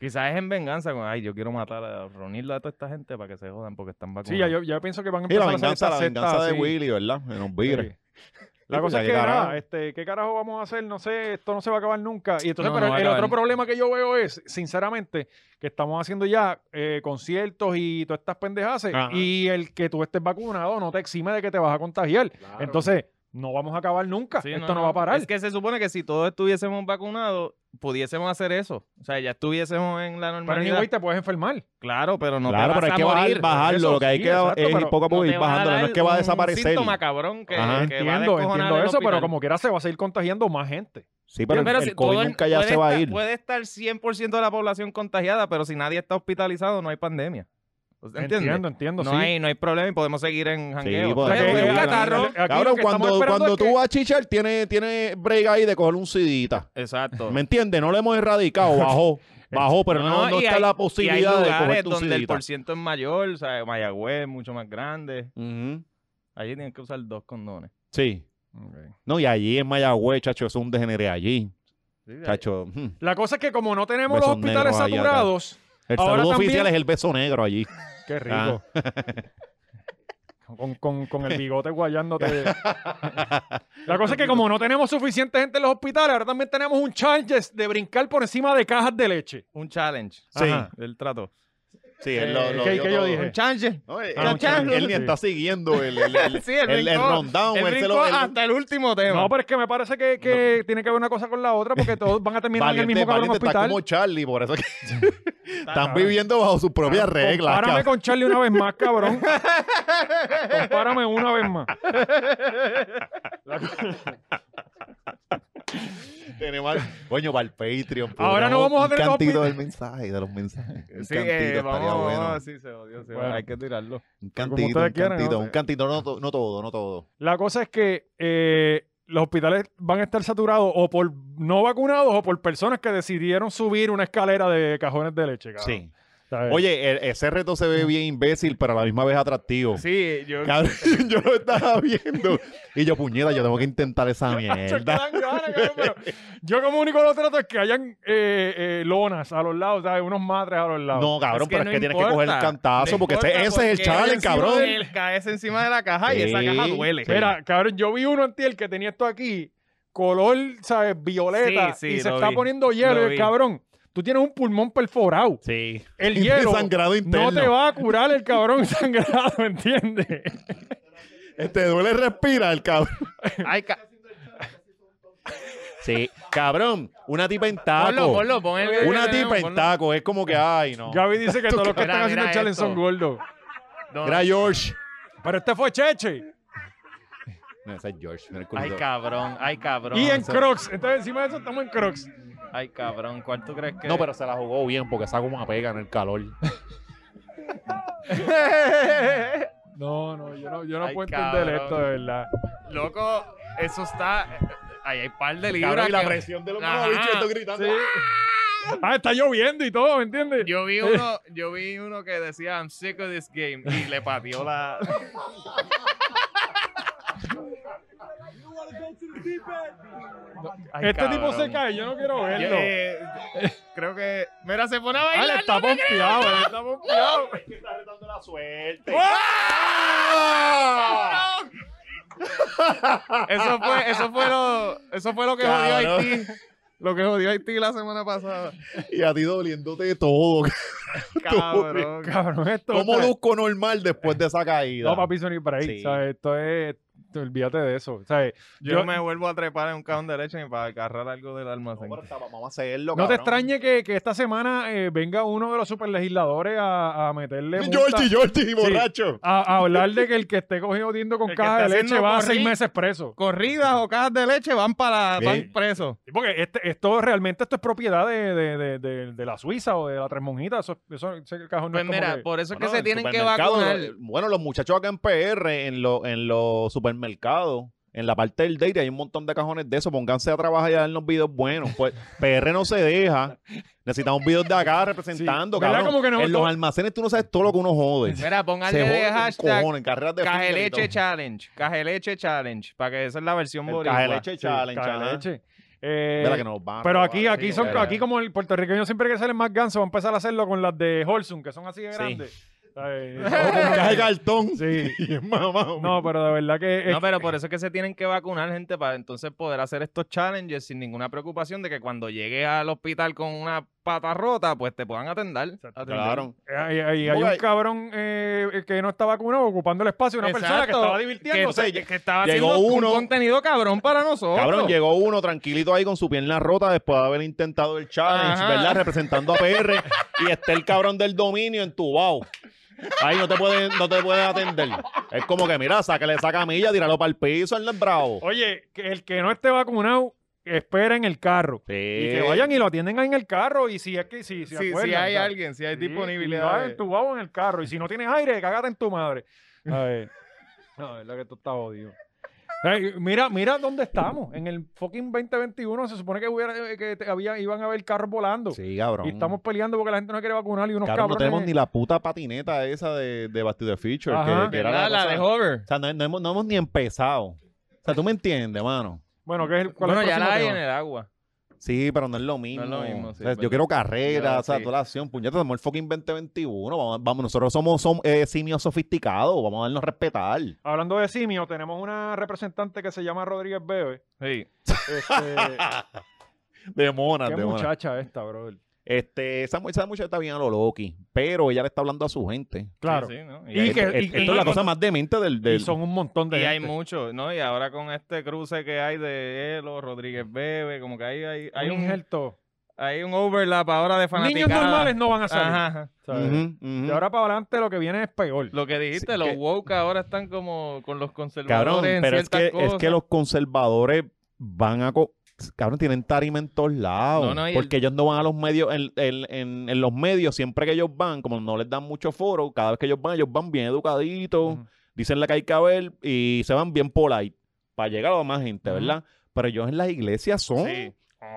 S4: Quizás es en venganza con, ay, yo quiero matar, a, reunir a toda esta gente para que se jodan porque están vacunados.
S2: Sí, ya, yo, ya pienso que van a
S3: Y
S2: empezar
S3: la
S2: a hacer
S3: venganza, la
S2: estas
S3: venganza
S2: sectas
S3: de
S2: así.
S3: Willy, ¿verdad? En los
S2: Sí.
S3: vires.
S2: La
S3: Sí,
S2: cosa es que,
S3: porque ya
S2: nada,
S3: carajo.
S2: este, ¿qué carajo vamos a hacer? No sé, esto no se va a acabar nunca. Y entonces,
S4: No,
S2: pero
S4: no va a
S2: el
S4: acabar.
S2: otro problema que yo veo es, sinceramente, que estamos haciendo ya eh, conciertos y todas estas pendejaces,
S3: Ajá.
S2: y el que tú estés vacunado no te exime de que te vas a contagiar. Entonces, no vamos a acabar nunca.
S4: Sí,
S2: Esto no, va a parar.
S4: Es que se supone que si todos estuviésemos vacunados, pudiésemos hacer eso. O sea, ya estuviésemos en la
S2: Pero
S4: normalidad.
S2: anyway, te puedes enfermar.
S4: Claro, pero no
S3: claro, pero
S4: te vas
S3: hay
S4: a
S3: que bajar-
S4: morir.
S3: bajarlo.
S2: Eso
S3: lo que hay
S2: sí,
S3: que
S2: exacto,
S3: es ir
S2: pero
S3: poco a poco
S4: No
S3: ir
S4: te vas a
S3: bajándolo. No
S4: dar
S3: es que va a
S4: un
S3: desaparecer.
S4: síntoma cabrón que,
S3: Ajá.
S4: que va a
S2: entiendo,
S4: descojonar
S2: entiendo
S4: el
S2: eso, pero
S4: hospital.
S2: como quiera se va a seguir contagiando más gente.
S3: Sí, pero,
S4: Sí, pero
S3: el,
S4: si
S3: el COVID
S4: todo el-
S3: nunca ya
S4: puede
S3: se va a
S4: estar-
S3: ir.
S4: Puede estar 100% de la población contagiada, pero si nadie está hospitalizado, no hay pandemia. O sea, ¿Entiendes?
S2: Entiendo, entiendo.
S4: no,
S2: sí.
S4: hay, no hay problema y podemos seguir en jangueo.
S3: podemos
S4: Oye,
S3: seguir
S4: un
S3: en
S4: catarro.
S2: jangueo. Aquí lo
S3: Cabrón,
S2: que
S3: cuando,
S2: estamos esperando
S3: cuando
S2: es
S3: tú
S2: que-
S3: vas a chichar, tiene, tiene break ahí de coger un sidita.
S4: Exacto.
S3: ¿Me entiendes? No lo hemos erradicado, bajó. Bajó, pero no, no
S4: y
S3: está
S4: hay-
S3: la
S4: y hay
S3: posibilidad de
S4: lugares
S3: coger un
S4: donde el
S3: sidita.
S4: por ciento es mayor, o sea, Mayagüez mucho más grande.
S3: Ujú.
S4: Allí tienen que usar dos condones.
S3: Sí.
S2: Ok.
S3: No, y allí en Mayagüez, chacho, es un degeneré allí.
S4: Sí, ahí-
S3: Chacho, ujú.
S2: La cosa es que como no tenemos los
S3: Besos
S2: hospitales
S3: negros allá atrás.
S2: saturados,
S3: el
S2: Ahora
S3: saludo
S2: también-
S3: oficial es el beso negro allí.
S2: qué
S3: Ah.
S2: rico. Con, con- con el bigote guayándote. La cosa es que como no tenemos suficiente gente en los hospitales, ahora también tenemos un challenge de brincar por encima de cajas de leche.
S4: Un challenge.
S3: Sí.
S4: Ajá, Eh, Del trato.
S3: Sí,
S2: él lo- lo ¿qué- vio qué yo todo. dije?
S4: Un challenge.
S2: Ah, un challenge.
S3: eh, él ni está siguiendo el, el, el,
S4: Sí,
S3: el- el
S4: brincó-
S3: rundown.
S4: él
S3: él se
S4: brincó
S3: lo- él-
S4: hasta el último tema.
S2: No, pero es que me parece que, que tiene que ver una cosa con la otra porque todos van a terminar en el
S3: Valiente,
S2: mismo cabrón
S3: valiente está
S2: hospital.
S3: como Charlie, por eso que están
S4: cabrón.
S3: viviendo bajo sus propias reglas.
S2: Compárame
S3: cabrón.
S2: con Charlie una vez más, cabrón. Compárame una vez más.
S3: Tenemos al- coño, para el Patreon.
S2: Ahora no
S3: podríamos
S2: vamos a
S3: un
S2: tener dos
S3: cantito
S2: pi-
S3: del mensaje, de los mensajes. Un
S4: Sí,
S3: cantito
S4: eh,
S3: estaría
S4: vamos,
S3: bueno.
S4: sí, se jodió, se
S2: Bueno.
S4: jodió. Hay que tirarlo.
S3: Un
S2: Como
S3: cantito,
S2: ustedes
S3: un
S2: quieran,
S3: cantito,
S2: ¿no?
S3: un cantito, no, to- no todo, no todo.
S2: La cosa es que eh, los hospitales van a estar saturados o por no vacunados o por personas que decidieron subir una escalera de cajones de leche. cabrón.
S3: Sí.
S2: ¿Sabes?
S3: Oye, el- ese reto se ve bien imbécil, pero a la misma vez atractivo.
S4: Sí, yo.
S3: Cabrón, yo lo estaba viendo. Y yo, puñeta, yo tengo que intentar esa
S2: Chacho, que
S3: mierda.
S2: dan ganas, cabrón, pero yo como único lo trato es que hayan eh, eh, lonas a los lados, ¿sabes? unos matres a los lados.
S3: No, cabrón,
S4: Es que
S3: pero
S4: no
S3: es que tienes que
S4: importa.
S3: coger el cantazo,
S4: No
S3: porque ese,
S4: importa,
S3: ese es el
S4: porque
S3: challenge,
S4: encima
S3: cabrón.
S4: del- caes encima de la caja y esa
S3: Sí,
S4: caja duele.
S3: sí.
S2: Mira, cabrón, yo vi uno antiel que tenía esto aquí, color, ¿sabes? Violeta,
S4: Sí, sí,
S2: y se
S4: lo
S2: está
S4: vi,
S2: poniendo hielo
S4: lo
S2: y el
S4: vi.
S2: cabrón. tú tienes un pulmón perforado.
S3: Sí.
S2: El hielo
S3: Sangrado interno.
S2: no te va a curar el cabrón sangrado, ¿entiendes?
S3: Te duele respirar, cabrón.
S4: Ay, ca-
S3: Sí. Cabrón, una tipa en taco.
S4: ponlo, ponlo, pon el-
S3: Una
S4: ponlo,
S3: tipa en
S4: ponlo.
S3: taco. Es como que, ay, no.
S2: Gaby dice que todos los que
S4: Mira,
S2: están haciendo
S4: mira
S2: el challenge
S4: esto.
S2: son gordos.
S4: No.
S3: Era George.
S2: Pero este fue Cheche.
S3: No, ese es George. Mira el
S4: Ay,
S3: culito.
S4: cabrón, ay, cabrón.
S2: Y en Crocs. Entonces, encima de eso, estamos en Crocs.
S4: Ay, cabrón, ¿cuál tú crees que
S3: no, pero se la jugó bien porque esa goma pega en el calor.
S2: No, no, yo no, yo no
S4: Ay,
S2: puedo entender
S4: cabrón.
S2: esto, de verdad.
S4: Loco, eso está. Ahí hay par de
S3: Cabrón,
S4: libras.
S3: y la
S4: que-
S3: presión de los
S4: Ajá.
S3: mamabichos estos gritando.
S2: Ah, está lloviendo y todo, ¿me entiendes?
S4: Yo vi uno, yo vi uno que decía I'm sick of this game y le pateó la. Ay,
S2: este tipo se
S4: cabrón.
S2: cae, yo no quiero
S4: Yo,
S2: verlo.
S4: eh, creo que. Mira, se pone a
S2: ah,
S4: bailar.
S2: le
S4: no
S2: está
S4: te creo.
S2: pompeado, le está pompeado. ¡Ah!
S3: Que está retando la suerte. ¡Ah!
S4: Eso fue, eso fue lo, eso fue lo que jodió a
S3: Cabrón.
S4: Haití. Lo que jodió a Haití la semana pasada.
S3: Y a ti doliéndote todo.
S4: Cabrón.
S2: Cabrón, esto.
S3: Como
S2: está-
S3: luzco normal después de esa caída.
S2: No, papi, eso ni para ahí.
S3: Sí.
S2: ¿sabes? Esto es. esto- Olvídate de eso. ¿sabes?
S4: Yo,
S2: Yo-
S4: no me vuelvo a trepar en un cajón derecho ni para agarrar algo del
S3: No,
S4: almacén.
S3: pero está- vamos a hacerlo,
S2: No te
S3: cabrón.
S2: extrañe que, que esta semana eh, venga uno de los superlegisladores a, a meterle. multa-
S3: Georgie, Georgie, borracho.
S2: a, a hablar de que el que esté cogido tiendo con
S4: El que
S2: caja de
S4: está
S2: leche
S4: haciendo
S2: va a
S4: corri-
S2: seis meses preso.
S4: Corridas o cajas de leche van para
S3: Sí.
S4: van presos.
S2: Sí, Porque este, esto realmente esto es propiedad de, de, de, de- de la Suiza o de la Tres Monjitas. Eso, eso ese cajón no
S4: Pues
S2: es como
S4: mira,
S2: que-
S4: por eso es que
S3: Bueno,
S4: se
S3: en
S4: tienen que
S3: supermercados,
S4: vacunar.
S3: lo- Bueno, los muchachos acá en PR, en, lo- en los supermercados, en la parte del date, hay un montón de cajones de eso. Pónganse a trabajar y a darnos videos buenos. Pues PR no se deja. Necesitamos videos de acá representando,
S2: Sí, ¿verdad?
S3: cabrón.
S2: Como que
S3: en
S2: nosotros-
S3: los almacenes tú no sabes todo lo que uno jode.
S4: Mira,
S3: Se
S4: pónganle
S3: jode
S4: de
S3: con
S4: hashtag
S3: cojones, carreras de finger y
S4: cajeleche
S3: todo.
S4: challenge. Cajeleche challenge. Para que esa es la versión
S3: El
S4: boricua.
S3: Cajeleche
S2: Sí,
S3: challenge.
S2: caja de
S3: ajá.
S2: leche. Eh,
S3: Mira que nos van a
S2: Pero
S3: robar,
S2: aquí, aquí
S3: sí,
S2: son,
S3: ¿verdad?
S2: aquí como el puertorriqueño siempre que sale más ganso, va a empezar a hacerlo con las de Holsum, que son así de
S3: Sí.
S2: grandes. ¿Sabes?
S3: Todo con caja de cartón.
S2: Sí.
S3: Y es mamado.
S2: No, pero de verdad que es-
S4: No, pero por eso es que se tienen que vacunar, gente, para entonces poder hacer estos challenges sin ninguna preocupación de que cuando llegue al hospital con una pata rota, pues te puedan atender. atender.
S3: Claro.
S2: hay, hay- hay
S3: Porque
S2: un
S3: hay-
S4: cabrón
S2: eh, que no está vacunado ocupando el espacio de una persona que estaba divirtiéndose.
S4: Que, que estaba
S3: Llegó
S4: haciendo
S3: uno.
S4: un contenido cabrón para nosotros.
S3: Cabrón, llegó uno tranquilito ahí con su pierna rota después de haber intentado el challenge,
S4: Ajá.
S3: ¿verdad? Representando a PR y está el cabrón del dominio entubado. Ahí no te pueden, no te pueden atender. Es como que, mira, sácale esa camilla, tíralo para el piso, él no es bravo.
S2: Oye, que el que no esté vacunado, espera en el carro.
S3: Sí.
S2: Y que vayan y lo atiendan ahí en el carro. Y si es que si, si,
S4: Si, si Eh, hay alguien, si hay disponibilidad. de-
S2: en tu babo en el carro. Y si no tienes aire, cagate en tu madre. A ver. No, es la que tú estás odio. Ey, mira, mira dónde estamos. En el fucking 2021 se supone que, hubiera, eh, que te- había, iban a haber carros volando.
S3: Sí, cabrón.
S2: Y estamos peleando porque la gente no quiere vacunar y unos
S3: Cabrón, no
S2: cabrones-
S3: tenemos ni la puta patineta esa de, de Back to the Future,
S2: Ajá.
S3: que, que era
S4: ¿Verdad?
S3: la,
S4: la
S3: cosa-
S4: de Hover.
S3: O sea, no, no hemos, no hemos ni empezado. O sea, tú me entiendes, mano.
S2: Bueno, ¿qué es el, cuál es
S4: Bueno,
S2: el
S4: ya la
S2: próximo
S4: hay
S2: tema?
S4: en el agua.
S3: Sí, pero no es lo mismo.
S4: lo mismo,
S3: O
S4: sí,
S3: sea,
S4: es
S3: yo
S4: verdad.
S3: quiero carreras,
S4: Ya,
S3: o sea,
S4: sí.
S3: toda la acción. Puñeta, estamos en el fucking 2021. Vamos, vamos, nosotros somos, som- eh, simios sofisticados. Vamos a darnos respetar.
S2: Hablando de simio, tenemos una representante que se llama Rodríguez Bebe.
S4: Sí.
S2: Este,
S3: De mona,
S2: qué muchacha esta, brother.
S3: Este, esa, mu- esa muchacha está bien a lo Loki, pero ella le está hablando a su gente.
S2: Claro.
S4: Sí, sí, ¿no?
S2: Y
S4: hay-
S2: que-
S3: Esto- esto es la
S2: y-
S3: cosa más demente del...
S2: Y
S3: del
S2: son un montón de
S4: Y hay
S2: gente.
S4: mucho, ¿no? Y ahora con este cruce que hay de Elo, Rodríguez Bebe, como que hay, hay, hay,
S2: un
S4: un,
S2: injerto.
S4: hay un overlap ahora de
S2: Niños
S4: fanaticada.
S2: normales no van a salir.
S4: Ajá, ajá.
S2: ¿sabes?
S3: Ujú, ujú.
S2: De ahora para adelante lo que viene es peor.
S4: Lo que dijiste,
S3: Sí,
S4: los
S3: que-
S4: woke ahora están como con los
S3: Cabrón,
S4: conservadores en
S3: pero es
S4: ciertas
S3: que,
S4: cosas.
S3: es que los conservadores van a... co- Cabrón, tienen tarima en todos lados.
S4: No, no, y el-
S3: porque ellos no van a los medios, en, en- en- en los medios, siempre que ellos van, como no les dan mucho foro, cada vez que ellos van, ellos van bien educaditos,
S2: Ujú.
S3: dicen la que hay que ver y se van bien polite para llegar a la más gente, ¿verdad? Pero ellos en las iglesias son...
S4: Sí.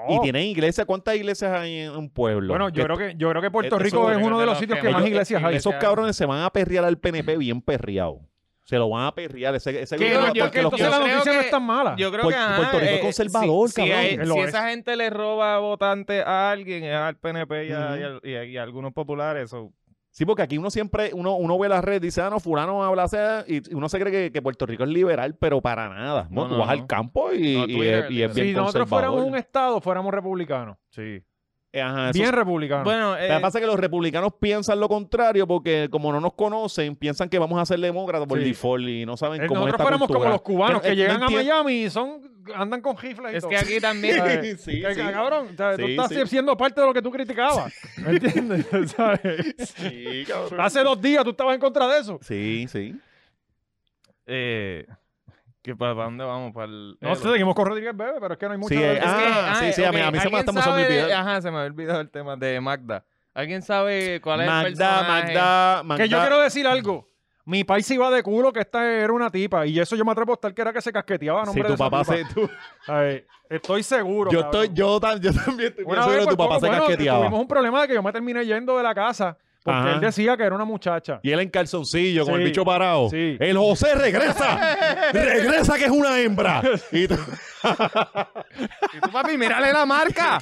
S3: Y
S2: Oh.
S3: tienen iglesias, ¿cuántas iglesias hay en un pueblo?
S2: Bueno, yo
S3: Que
S2: creo que yo creo que Puerto
S3: Eso-
S2: Rico es uno de los
S4: que
S2: sitios que
S4: más
S2: más iglesias hay.
S4: iglesias-
S3: Esos cabrones se van a perrear al PNP bien perreado. Se lo van a perrear ese, ese
S2: Que
S4: Yo
S2: no-
S4: creo- yo
S2: porque
S4: creo-
S3: los
S2: entonces la
S4: yo creo
S2: noticia no
S4: que-
S2: es tan mala.
S4: Yo creo
S3: Puer-
S4: que ajá,
S3: Puerto Rico es
S4: eh,
S3: conservador,
S4: si, si
S3: cabrón.
S4: hay-
S2: Lo
S4: si
S2: es.
S4: esa gente le roba votantes a alguien, es al PNP y a,
S3: Ujú.
S4: y a- y a- y a algunos populares. o-
S3: Sí, porque aquí uno siempre, uno, uno ve la red, dice, ah, no, fulano habla así, y uno se cree que, que Puerto Rico es liberal, pero para nada.
S4: No,
S3: Bueno, tú
S4: no,
S3: vas
S4: no.
S3: al campo y,
S4: No,
S3: y es,
S4: Twitter,
S3: y es
S4: liberal.
S3: bien
S2: si nosotros
S3: conservador.
S2: fuéramos un estado, fuéramos republicanos.
S4: Sí.
S3: eh, ajá, eso
S2: Bien republicano.
S4: Bueno,
S3: Lo
S4: eh,
S3: que pasa es que los republicanos piensan lo contrario porque como no nos conocen, piensan que vamos a ser demócratas por
S2: Sí.
S3: default y no saben
S2: Eh,
S3: cómo
S2: Nosotros
S3: es esta
S2: fuéramos como
S3: cultura.
S2: los cubanos
S3: Eh,
S2: que
S3: eh,
S2: llegan
S3: no
S2: a
S3: entiendo-
S2: Miami y son, andan con rifles y
S4: es
S2: todo.
S4: que aquí también.
S2: ¿sabes?
S3: Sí,
S2: Que-
S3: sí.
S2: Cabrón, ¿sabes? tú
S3: Sí,
S2: estás
S3: sí.
S2: siendo parte de lo que tú criticabas. ¿Me entiendes? ¿Sabes?
S3: Sí, cabrón.
S2: Hace dos días tú estabas en contra de eso.
S3: Sí, sí.
S4: eh, que para, ¿Para dónde vamos? Para el,
S2: No,
S4: el-
S2: sé, seguimos con Rodríguez Bebe, pero es que no hay mucho.
S3: Sí,
S2: de-
S3: eh, ah, sí, sí, a mí- a mí se me-
S4: ¿alguien
S3: hasta me- se me
S4: sabe de-
S3: olvidó.
S4: Ajá, se me había olvidado el tema de Magda. ¿Alguien sabe cuál es el
S3: Magda,
S4: personaje?
S3: Magda, Magda.
S2: Que yo quiero decir algo. Mi país se iba de culo que esta era una tipa. Y eso yo me atrevo a apostar que era que se casqueteaba a
S3: Si
S2: nombre de
S3: tu
S2: esa
S3: papá
S2: tipa.
S3: se... tú-
S2: A ver, estoy seguro.
S3: Yo,
S2: cabrón.
S3: estoy, yo, tan- yo también estoy
S2: Una
S3: pensando
S2: vez
S3: que tu
S2: por
S3: papá
S2: poco,
S3: se
S2: bueno,
S3: casqueteaba.
S2: Tuvimos un problema que yo me terminé yendo de la casa porque
S3: Ajá.
S2: él decía que era una muchacha.
S3: Y él en calzoncillo, con el
S2: Sí,
S3: bicho parado.
S2: sí.
S3: El José regresa. regresa que es una hembra. Y tú-
S4: Y tú, papi, mírale la marca.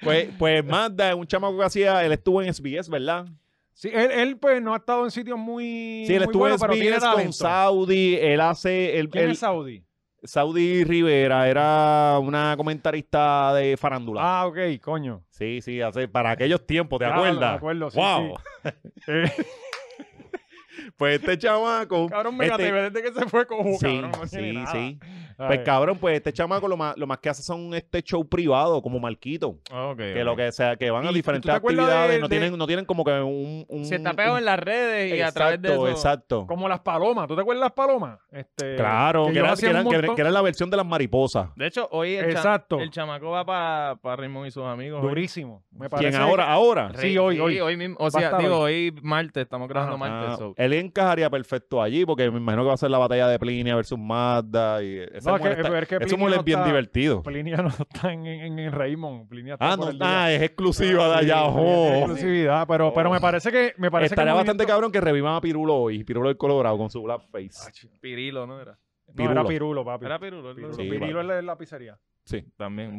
S3: pues, pues Magda es un chamaco que hacía, él estuvo en SBS, ¿verdad?
S2: Sí, él, él, pues no ha estado en sitios muy.
S3: Sí, él
S2: muy
S3: estuvo
S2: buenos,
S3: en
S2: pero tiene
S3: SBS con
S2: talento.
S3: Saudi, él hace, él,
S2: ¿Quién
S3: él-
S2: es Saudi?
S3: Saudi Rivera era una comentarista de farándula.
S2: Ah, ok, coño.
S3: Sí, sí, hace, para aquellos tiempos, ¿te
S2: Claro,
S3: acuerdas?
S2: me acuerdo, sí, Eh.
S3: wow. pues este chamaco...
S2: Cabrón, mira,
S3: este-
S2: desde que se fue cojo,
S3: Sí,
S2: cabrón. No tiene
S3: sí,
S2: nada.
S3: sí.
S2: Ay.
S3: Pues cabrón, pues este chamaco lo más, lo más que hace son este show privado, como Marquito. Que lo que sea, que van
S2: ¿Y- y
S3: a
S2: tú te
S3: diferentes
S2: acuerdas
S3: actividades,
S2: de-
S3: no,
S2: de-
S3: tienen, no tienen como que un. un-
S4: Se tapea
S3: un-
S4: en las redes y a través de
S3: Mm, Exacto,
S4: eso.
S3: Exacto.
S2: Como las palomas. ¿Tú te acuerdas de las palomas? Este,
S3: Claro, que,
S2: yo
S3: era,
S2: hacía
S3: que
S2: un
S3: eran- que-
S2: montón-
S3: que era la versión de las mariposas.
S4: De hecho, hoy el, cha-
S2: Exacto.
S4: el chamaco va para Raymond y sus amigos. hoy.
S2: Durísimo. Me parece
S3: ¿Quién ahora? Ahora.
S2: Sí, hoy, hoy.
S4: mismo. O
S2: Va a
S4: sea,
S2: estar
S4: digo, hoy martes, estamos grabando
S2: Ajá.
S4: martes.
S3: Ah,
S4: so.
S3: él encajaría perfecto allí porque me imagino que va a ser la batalla de Plinia versus Mazda y ese
S2: No, es
S3: humor
S2: que-
S3: está-
S2: es que
S3: ese
S2: Plinia
S3: humor
S2: no
S3: es bien
S2: está-
S3: divertido.
S2: Plinia no está en, en, en Raymond. Plinia está
S3: Ah,
S2: por
S3: no,
S2: el día.
S3: ah, es exclusiva de allá.
S2: Sí,
S3: ojo.
S2: tiene exclusividad, pero, pero me parece que me parece que
S3: Estaría
S2: el
S3: bastante
S2: movimiento-
S3: cabrón que revivan a Pirulo hoy, Pirulo del Colorado con su black face.
S4: Pirilo, ¿no era?
S2: No, era
S3: Pirulo.
S2: Pirulo, papi.
S4: Era Pirulo. el
S2: Pirulo,
S4: duro.
S3: Sí,
S2: Pirulo
S3: papi.
S2: es la de la pizzería.
S3: Sí.
S4: También,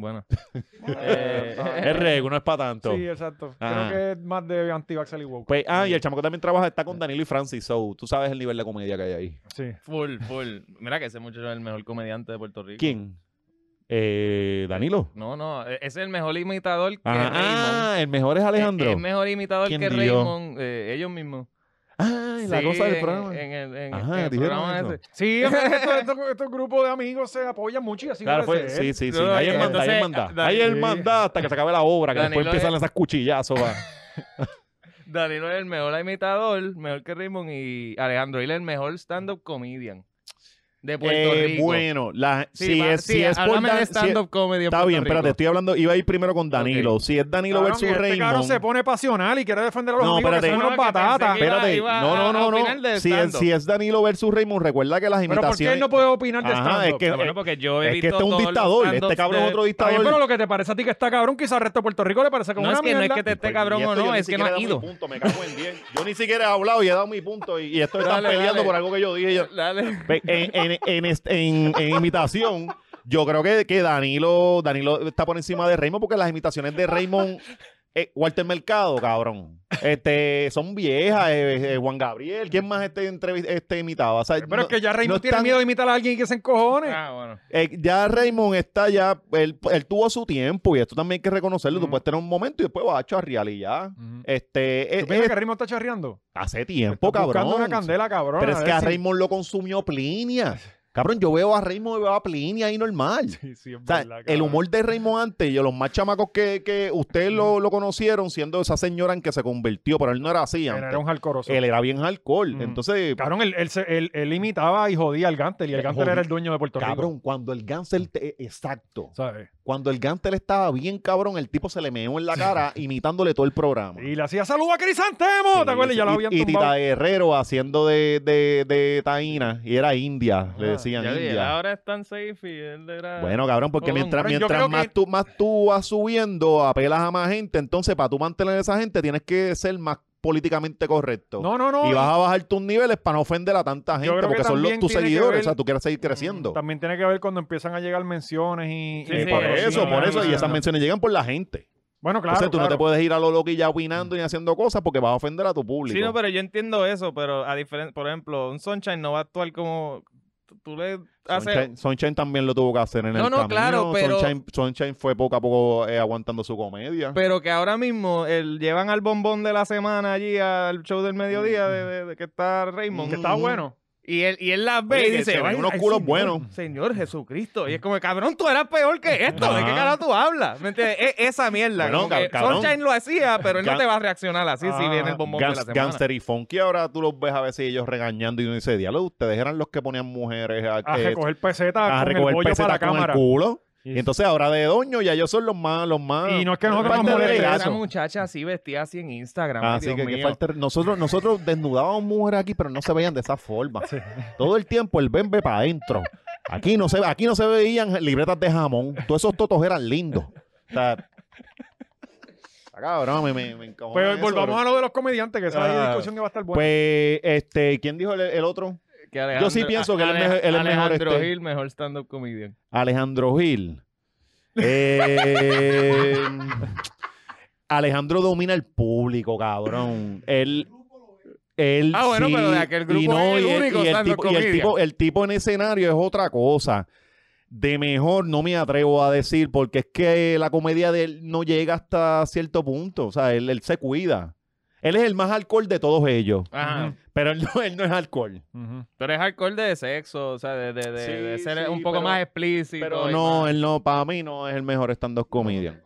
S4: bueno.
S2: Eh,
S3: Es rego, no es para tanto.
S2: Sí, exacto.
S3: Ajá.
S2: Creo que es más de anti-vaxxer y woke.
S3: Ah. Pues, ah, y el chamaco también trabaja, está con Danilo y Francis, so tú sabes el nivel de comedia que hay ahí.
S2: Sí.
S4: Full, full. Mira que ese muchacho es el mejor comediante de Puerto Rico.
S3: ¿Quién? Eh, Danilo.
S4: No, no, e- es el mejor imitador que
S3: Ah,
S4: Raymond.
S3: ah, el mejor es Alejandro.
S4: Es el mejor imitador
S3: ¿Quién
S4: que
S3: dio?
S4: Raymond, eh, ellos mismos.
S3: Ah, la
S4: Sí,
S3: cosa del
S4: en-
S3: programa.
S4: En el, en-
S3: Ajá,
S4: en el
S3: dijeron
S4: programa
S3: eso.
S4: ese.
S2: Sí, estos estos- estos grupos de amigos se apoyan mucho y así
S3: Claro,
S2: debe
S3: fue,
S2: ser.
S3: sí, sí, sí.
S4: No,
S3: Ahí
S4: eh,
S3: es manda, ahí es
S4: entonces,
S3: manda.
S4: Dan-
S3: Ahí es manda hasta que se acabe la obra, que
S4: Danilo
S3: después empiezan esas cuchillazos. va.
S4: Danilo es el mejor imitador, mejor que Raymond y Alejandro. Y él es el mejor stand-up comedian de Puerto
S3: Eh,
S4: Rico.
S3: Bueno, la, si,
S4: va-
S3: es, si es por
S4: háblame
S3: Dan-
S4: de
S3: si-
S4: stand-up comedy. en
S3: Está
S4: Puerto
S3: bien, espérate,
S4: Rico.
S3: estoy hablando, iba a ir primero con Danilo. Si es Danilo
S2: Cabrón,
S3: versus
S2: y este cabrón
S3: Raymond.
S2: se pone pasional y quiere defender a los
S3: No,
S2: amigos
S3: espérate.
S2: que son unos
S4: No, que pensé
S2: batatas.
S4: que iba-
S3: Espérate, no,
S4: a-
S3: no,
S4: a
S3: no,
S4: opinar
S3: no.
S4: de
S3: Si es,
S4: stand-up.
S3: si es Danilo versus Raymond, recuerda que las
S2: Pero ¿por qué él
S3: imitaciones.
S2: no puede opinar de
S3: Ajá, es
S2: stand-up?
S3: que,
S4: Ah, bueno, porque yo he
S3: es que
S4: visto
S3: este es un
S4: todos los
S3: dictador,
S4: stand-ups
S3: este cabrón
S4: de-
S3: es otro
S2: Está bien, pero
S3: dictador.
S2: lo que te parece a ti que está cabrón, quizás al resto de Puerto Rico le parece como
S4: No,
S2: una
S4: es que no es
S2: mierda.
S4: que te esté
S3: Pues,
S4: este cabrón
S3: y
S4: o
S3: esto yo
S4: no,
S3: ni
S4: es que
S3: siquiera
S4: no
S3: he
S4: ha
S3: dado mi
S4: ido.
S3: punto, me cago en 10. Yo ni siquiera he hablado y he dado mi punto y, y estos están
S4: Dale,
S3: peleando
S4: dale.
S3: por algo que yo dije. Yo-
S4: Dale.
S3: Ve, En, en- en este- en- en imitación, yo creo que, que Danilo, Danilo está por encima de Raymond porque las imitaciones de Raymond, eh, Walter Mercado, cabrón, este, son viejas. eh, eh, Juan Gabriel, ¿quién más este, entrevi- este imitaba? O sea,
S2: Pero es
S3: no-
S2: que ya Raymond
S3: no
S2: tiene
S3: están-
S2: miedo de imitar a alguien y que se encojone.
S4: Ah, bueno.
S3: eh, ya Raymond está ya, él, él tuvo su tiempo y esto también hay que reconocerlo. Tú
S2: Ujú.
S3: puedes tener un momento y después vas a chorrear y ya.
S2: Ujú.
S3: Este, eh,
S2: ¿Tú piensas
S3: eh,
S2: que Raymond está charreando?
S3: hace
S2: Está
S3: tiempo,
S2: buscando
S3: cabrón.
S2: una candela, cabrón.
S3: Pero es
S2: ver
S3: que a
S2: si-
S3: Raymond lo consumió Plinia. Cabrón, yo veo a Raymond y veo a Plinia ahí normal.
S2: Sí, sí, es
S3: O sea,
S2: verdad,
S3: el
S2: cabrón.
S3: humor de Raymond antes, yo los más chamacos que, que ustedes lo, lo conocieron, siendo esa señora en que se convirtió, pero él no era así.
S2: Él
S3: antes.
S2: Era un hardcoreoso.
S3: Él era bien alcohol.
S2: Ujú.
S3: Entonces,
S2: Cabrón, él, él se- él- él imitaba y jodía al Gantel y el
S3: Eh,
S2: Gantel
S3: jodí-
S2: era el dueño de Puerto Rico.
S3: cabrón, cuando el Gansel, te- exacto,
S2: ¿sabes?
S3: cuando el Gansel estaba bien cabrón, el tipo se le meó en la cara imitándole todo el programa.
S2: Y le hacía salud a Crisantemo,
S3: Sí,
S2: ¿te acuerdas?
S3: sí.
S2: Ya lo
S3: Y-
S2: habían
S3: y,
S2: tumbado.
S3: Tita Guerrero haciendo de, de, de Taína, y era India, le
S2: Ah,
S3: decían
S4: Ya dije,
S3: India.
S4: ahora están safe y él era.
S3: Bueno, cabrón, porque
S4: Colón.
S3: mientras,
S2: Cabrón, yo
S3: mientras
S2: creo
S3: más,
S2: que-
S3: tú, más tú vas subiendo, apelas a más gente, entonces para tú mantener a esa gente tienes que ser más políticamente correcto.
S2: No, no, no.
S3: y vas a bajar tus niveles para no ofender a tanta gente,
S2: creo que
S3: porque son los,
S2: también
S3: tus
S2: tiene que
S3: seguidores,
S2: ver-
S3: o sea, tú quieres seguir creciendo.
S2: Mm, También tiene que ver cuando empiezan a llegar menciones y...
S4: Sí,
S2: y
S3: Eh,
S4: sí,
S3: por
S4: eh,
S3: eso,
S4: sí,
S3: por
S4: no,
S3: eso,
S4: no,
S3: y
S4: no,
S3: esas
S4: no.
S3: menciones llegan por la gente.
S2: Bueno, claro,
S3: entonces tú no
S2: claro.
S3: te puedes ir a lo loco y ya opinando y haciendo cosas porque vas a ofender a tu público.
S4: Sí, no, pero yo entiendo eso, pero a diferencia, por ejemplo, un Sunshine no va a actuar como tú le haces...
S3: Sunshine, Sunshine también lo tuvo que hacer en
S4: No,
S3: el
S4: no,
S3: camino.
S4: claro, pero-
S3: Sunshine, Sunshine fue poco a poco eh, aguantando su comedia.
S4: Pero que ahora mismo el, llevan al bombón de la semana allí al show del mediodía de, de- de que está Raymond.
S2: Que está
S3: Mm.
S2: bueno.
S4: Y él, y él las ve
S3: Oye,
S4: y
S3: que
S4: dice,
S3: se ven
S4: "Ay,
S3: unos
S4: ay,
S3: culos
S4: señor,
S3: buenos".
S4: Señor Jesucristo. Y es como, cabrón, tú eras peor que esto. ¿De qué
S3: Ajá.
S4: cara tú hablas? ¿Me entiendes? E- esa mierda.
S3: Bueno,
S4: como que
S3: cab- cabrón.
S4: Sunshine lo hacía, pero él no
S3: Gan-
S4: te va a reaccionar así si
S2: Ah,
S4: viene el bombón de la
S3: Gans-
S4: semana.
S3: Gangster y Funky, ahora tú los ves a veces ellos regañando y uno dice, diálogo, ustedes eran los que ponían mujeres a,
S2: A
S3: eh,
S2: recoger pesetas
S3: a
S2: con
S3: recoger
S2: el bollo para la
S3: pesetas con
S2: cámara.
S3: el culo.
S2: Y-
S3: Y entonces ahora de doño ya ellos son los más, los más.
S2: Y no es que nosotros
S3: Parte
S2: nos
S3: de
S2: moleste
S4: Esa
S3: eso.
S4: muchacha así vestida así en Instagram. ay,
S3: Así
S4: Dios
S3: Ah, que qué
S4: mío.
S3: falta- nosotros, nosotros desnudábamos mujeres aquí, pero no se veían de esa forma. Todo el tiempo el bembe para adentro. Aquí no, se, aquí no se veían libretas de jamón. Todos esos totos eran lindos. O sea, está cabrón, me, me, me encojona
S2: Pero
S3: eso,
S2: Pues volvamos
S3: bro.
S2: a lo de los comediantes, que esa es la
S3: Ah.
S2: discusión que va a estar buena.
S3: Pues, este, ¿quién dijo el, el otro?
S4: Que Alejandro-
S3: sí pienso que él es
S4: Ale-
S3: mejo- él es mejor
S4: Alejandro
S3: este.
S4: Gil, mejor stand-up comedian.
S3: Alejandro Gil. Eh, Alejandro domina el público, cabrón. Él. él
S4: Ah, bueno,
S3: sí,
S4: pero de aquel grupo
S3: y no,
S4: es el
S3: y
S4: único
S3: y el,
S4: stand-up
S3: tipo, y el
S4: comedian.
S3: tipo- el tipo en escenario es otra cosa. De mejor no me atrevo a decir porque es que la comedia de él no llega hasta cierto punto. O sea, él, él se cuida. Él es el más alcohol de todos ellos.
S4: Ajá.
S2: Ujú.
S3: Pero él no, él no es alcohol.
S2: Ujú.
S4: Tú eres alcohol de sexo, o sea, de, de, de,
S3: Sí,
S4: de ser
S3: sí,
S4: un poco
S3: pero-
S4: más explícito.
S3: Pero
S4: y
S3: no,
S4: más-
S3: él no, para mí no es el mejor stand-up comedian.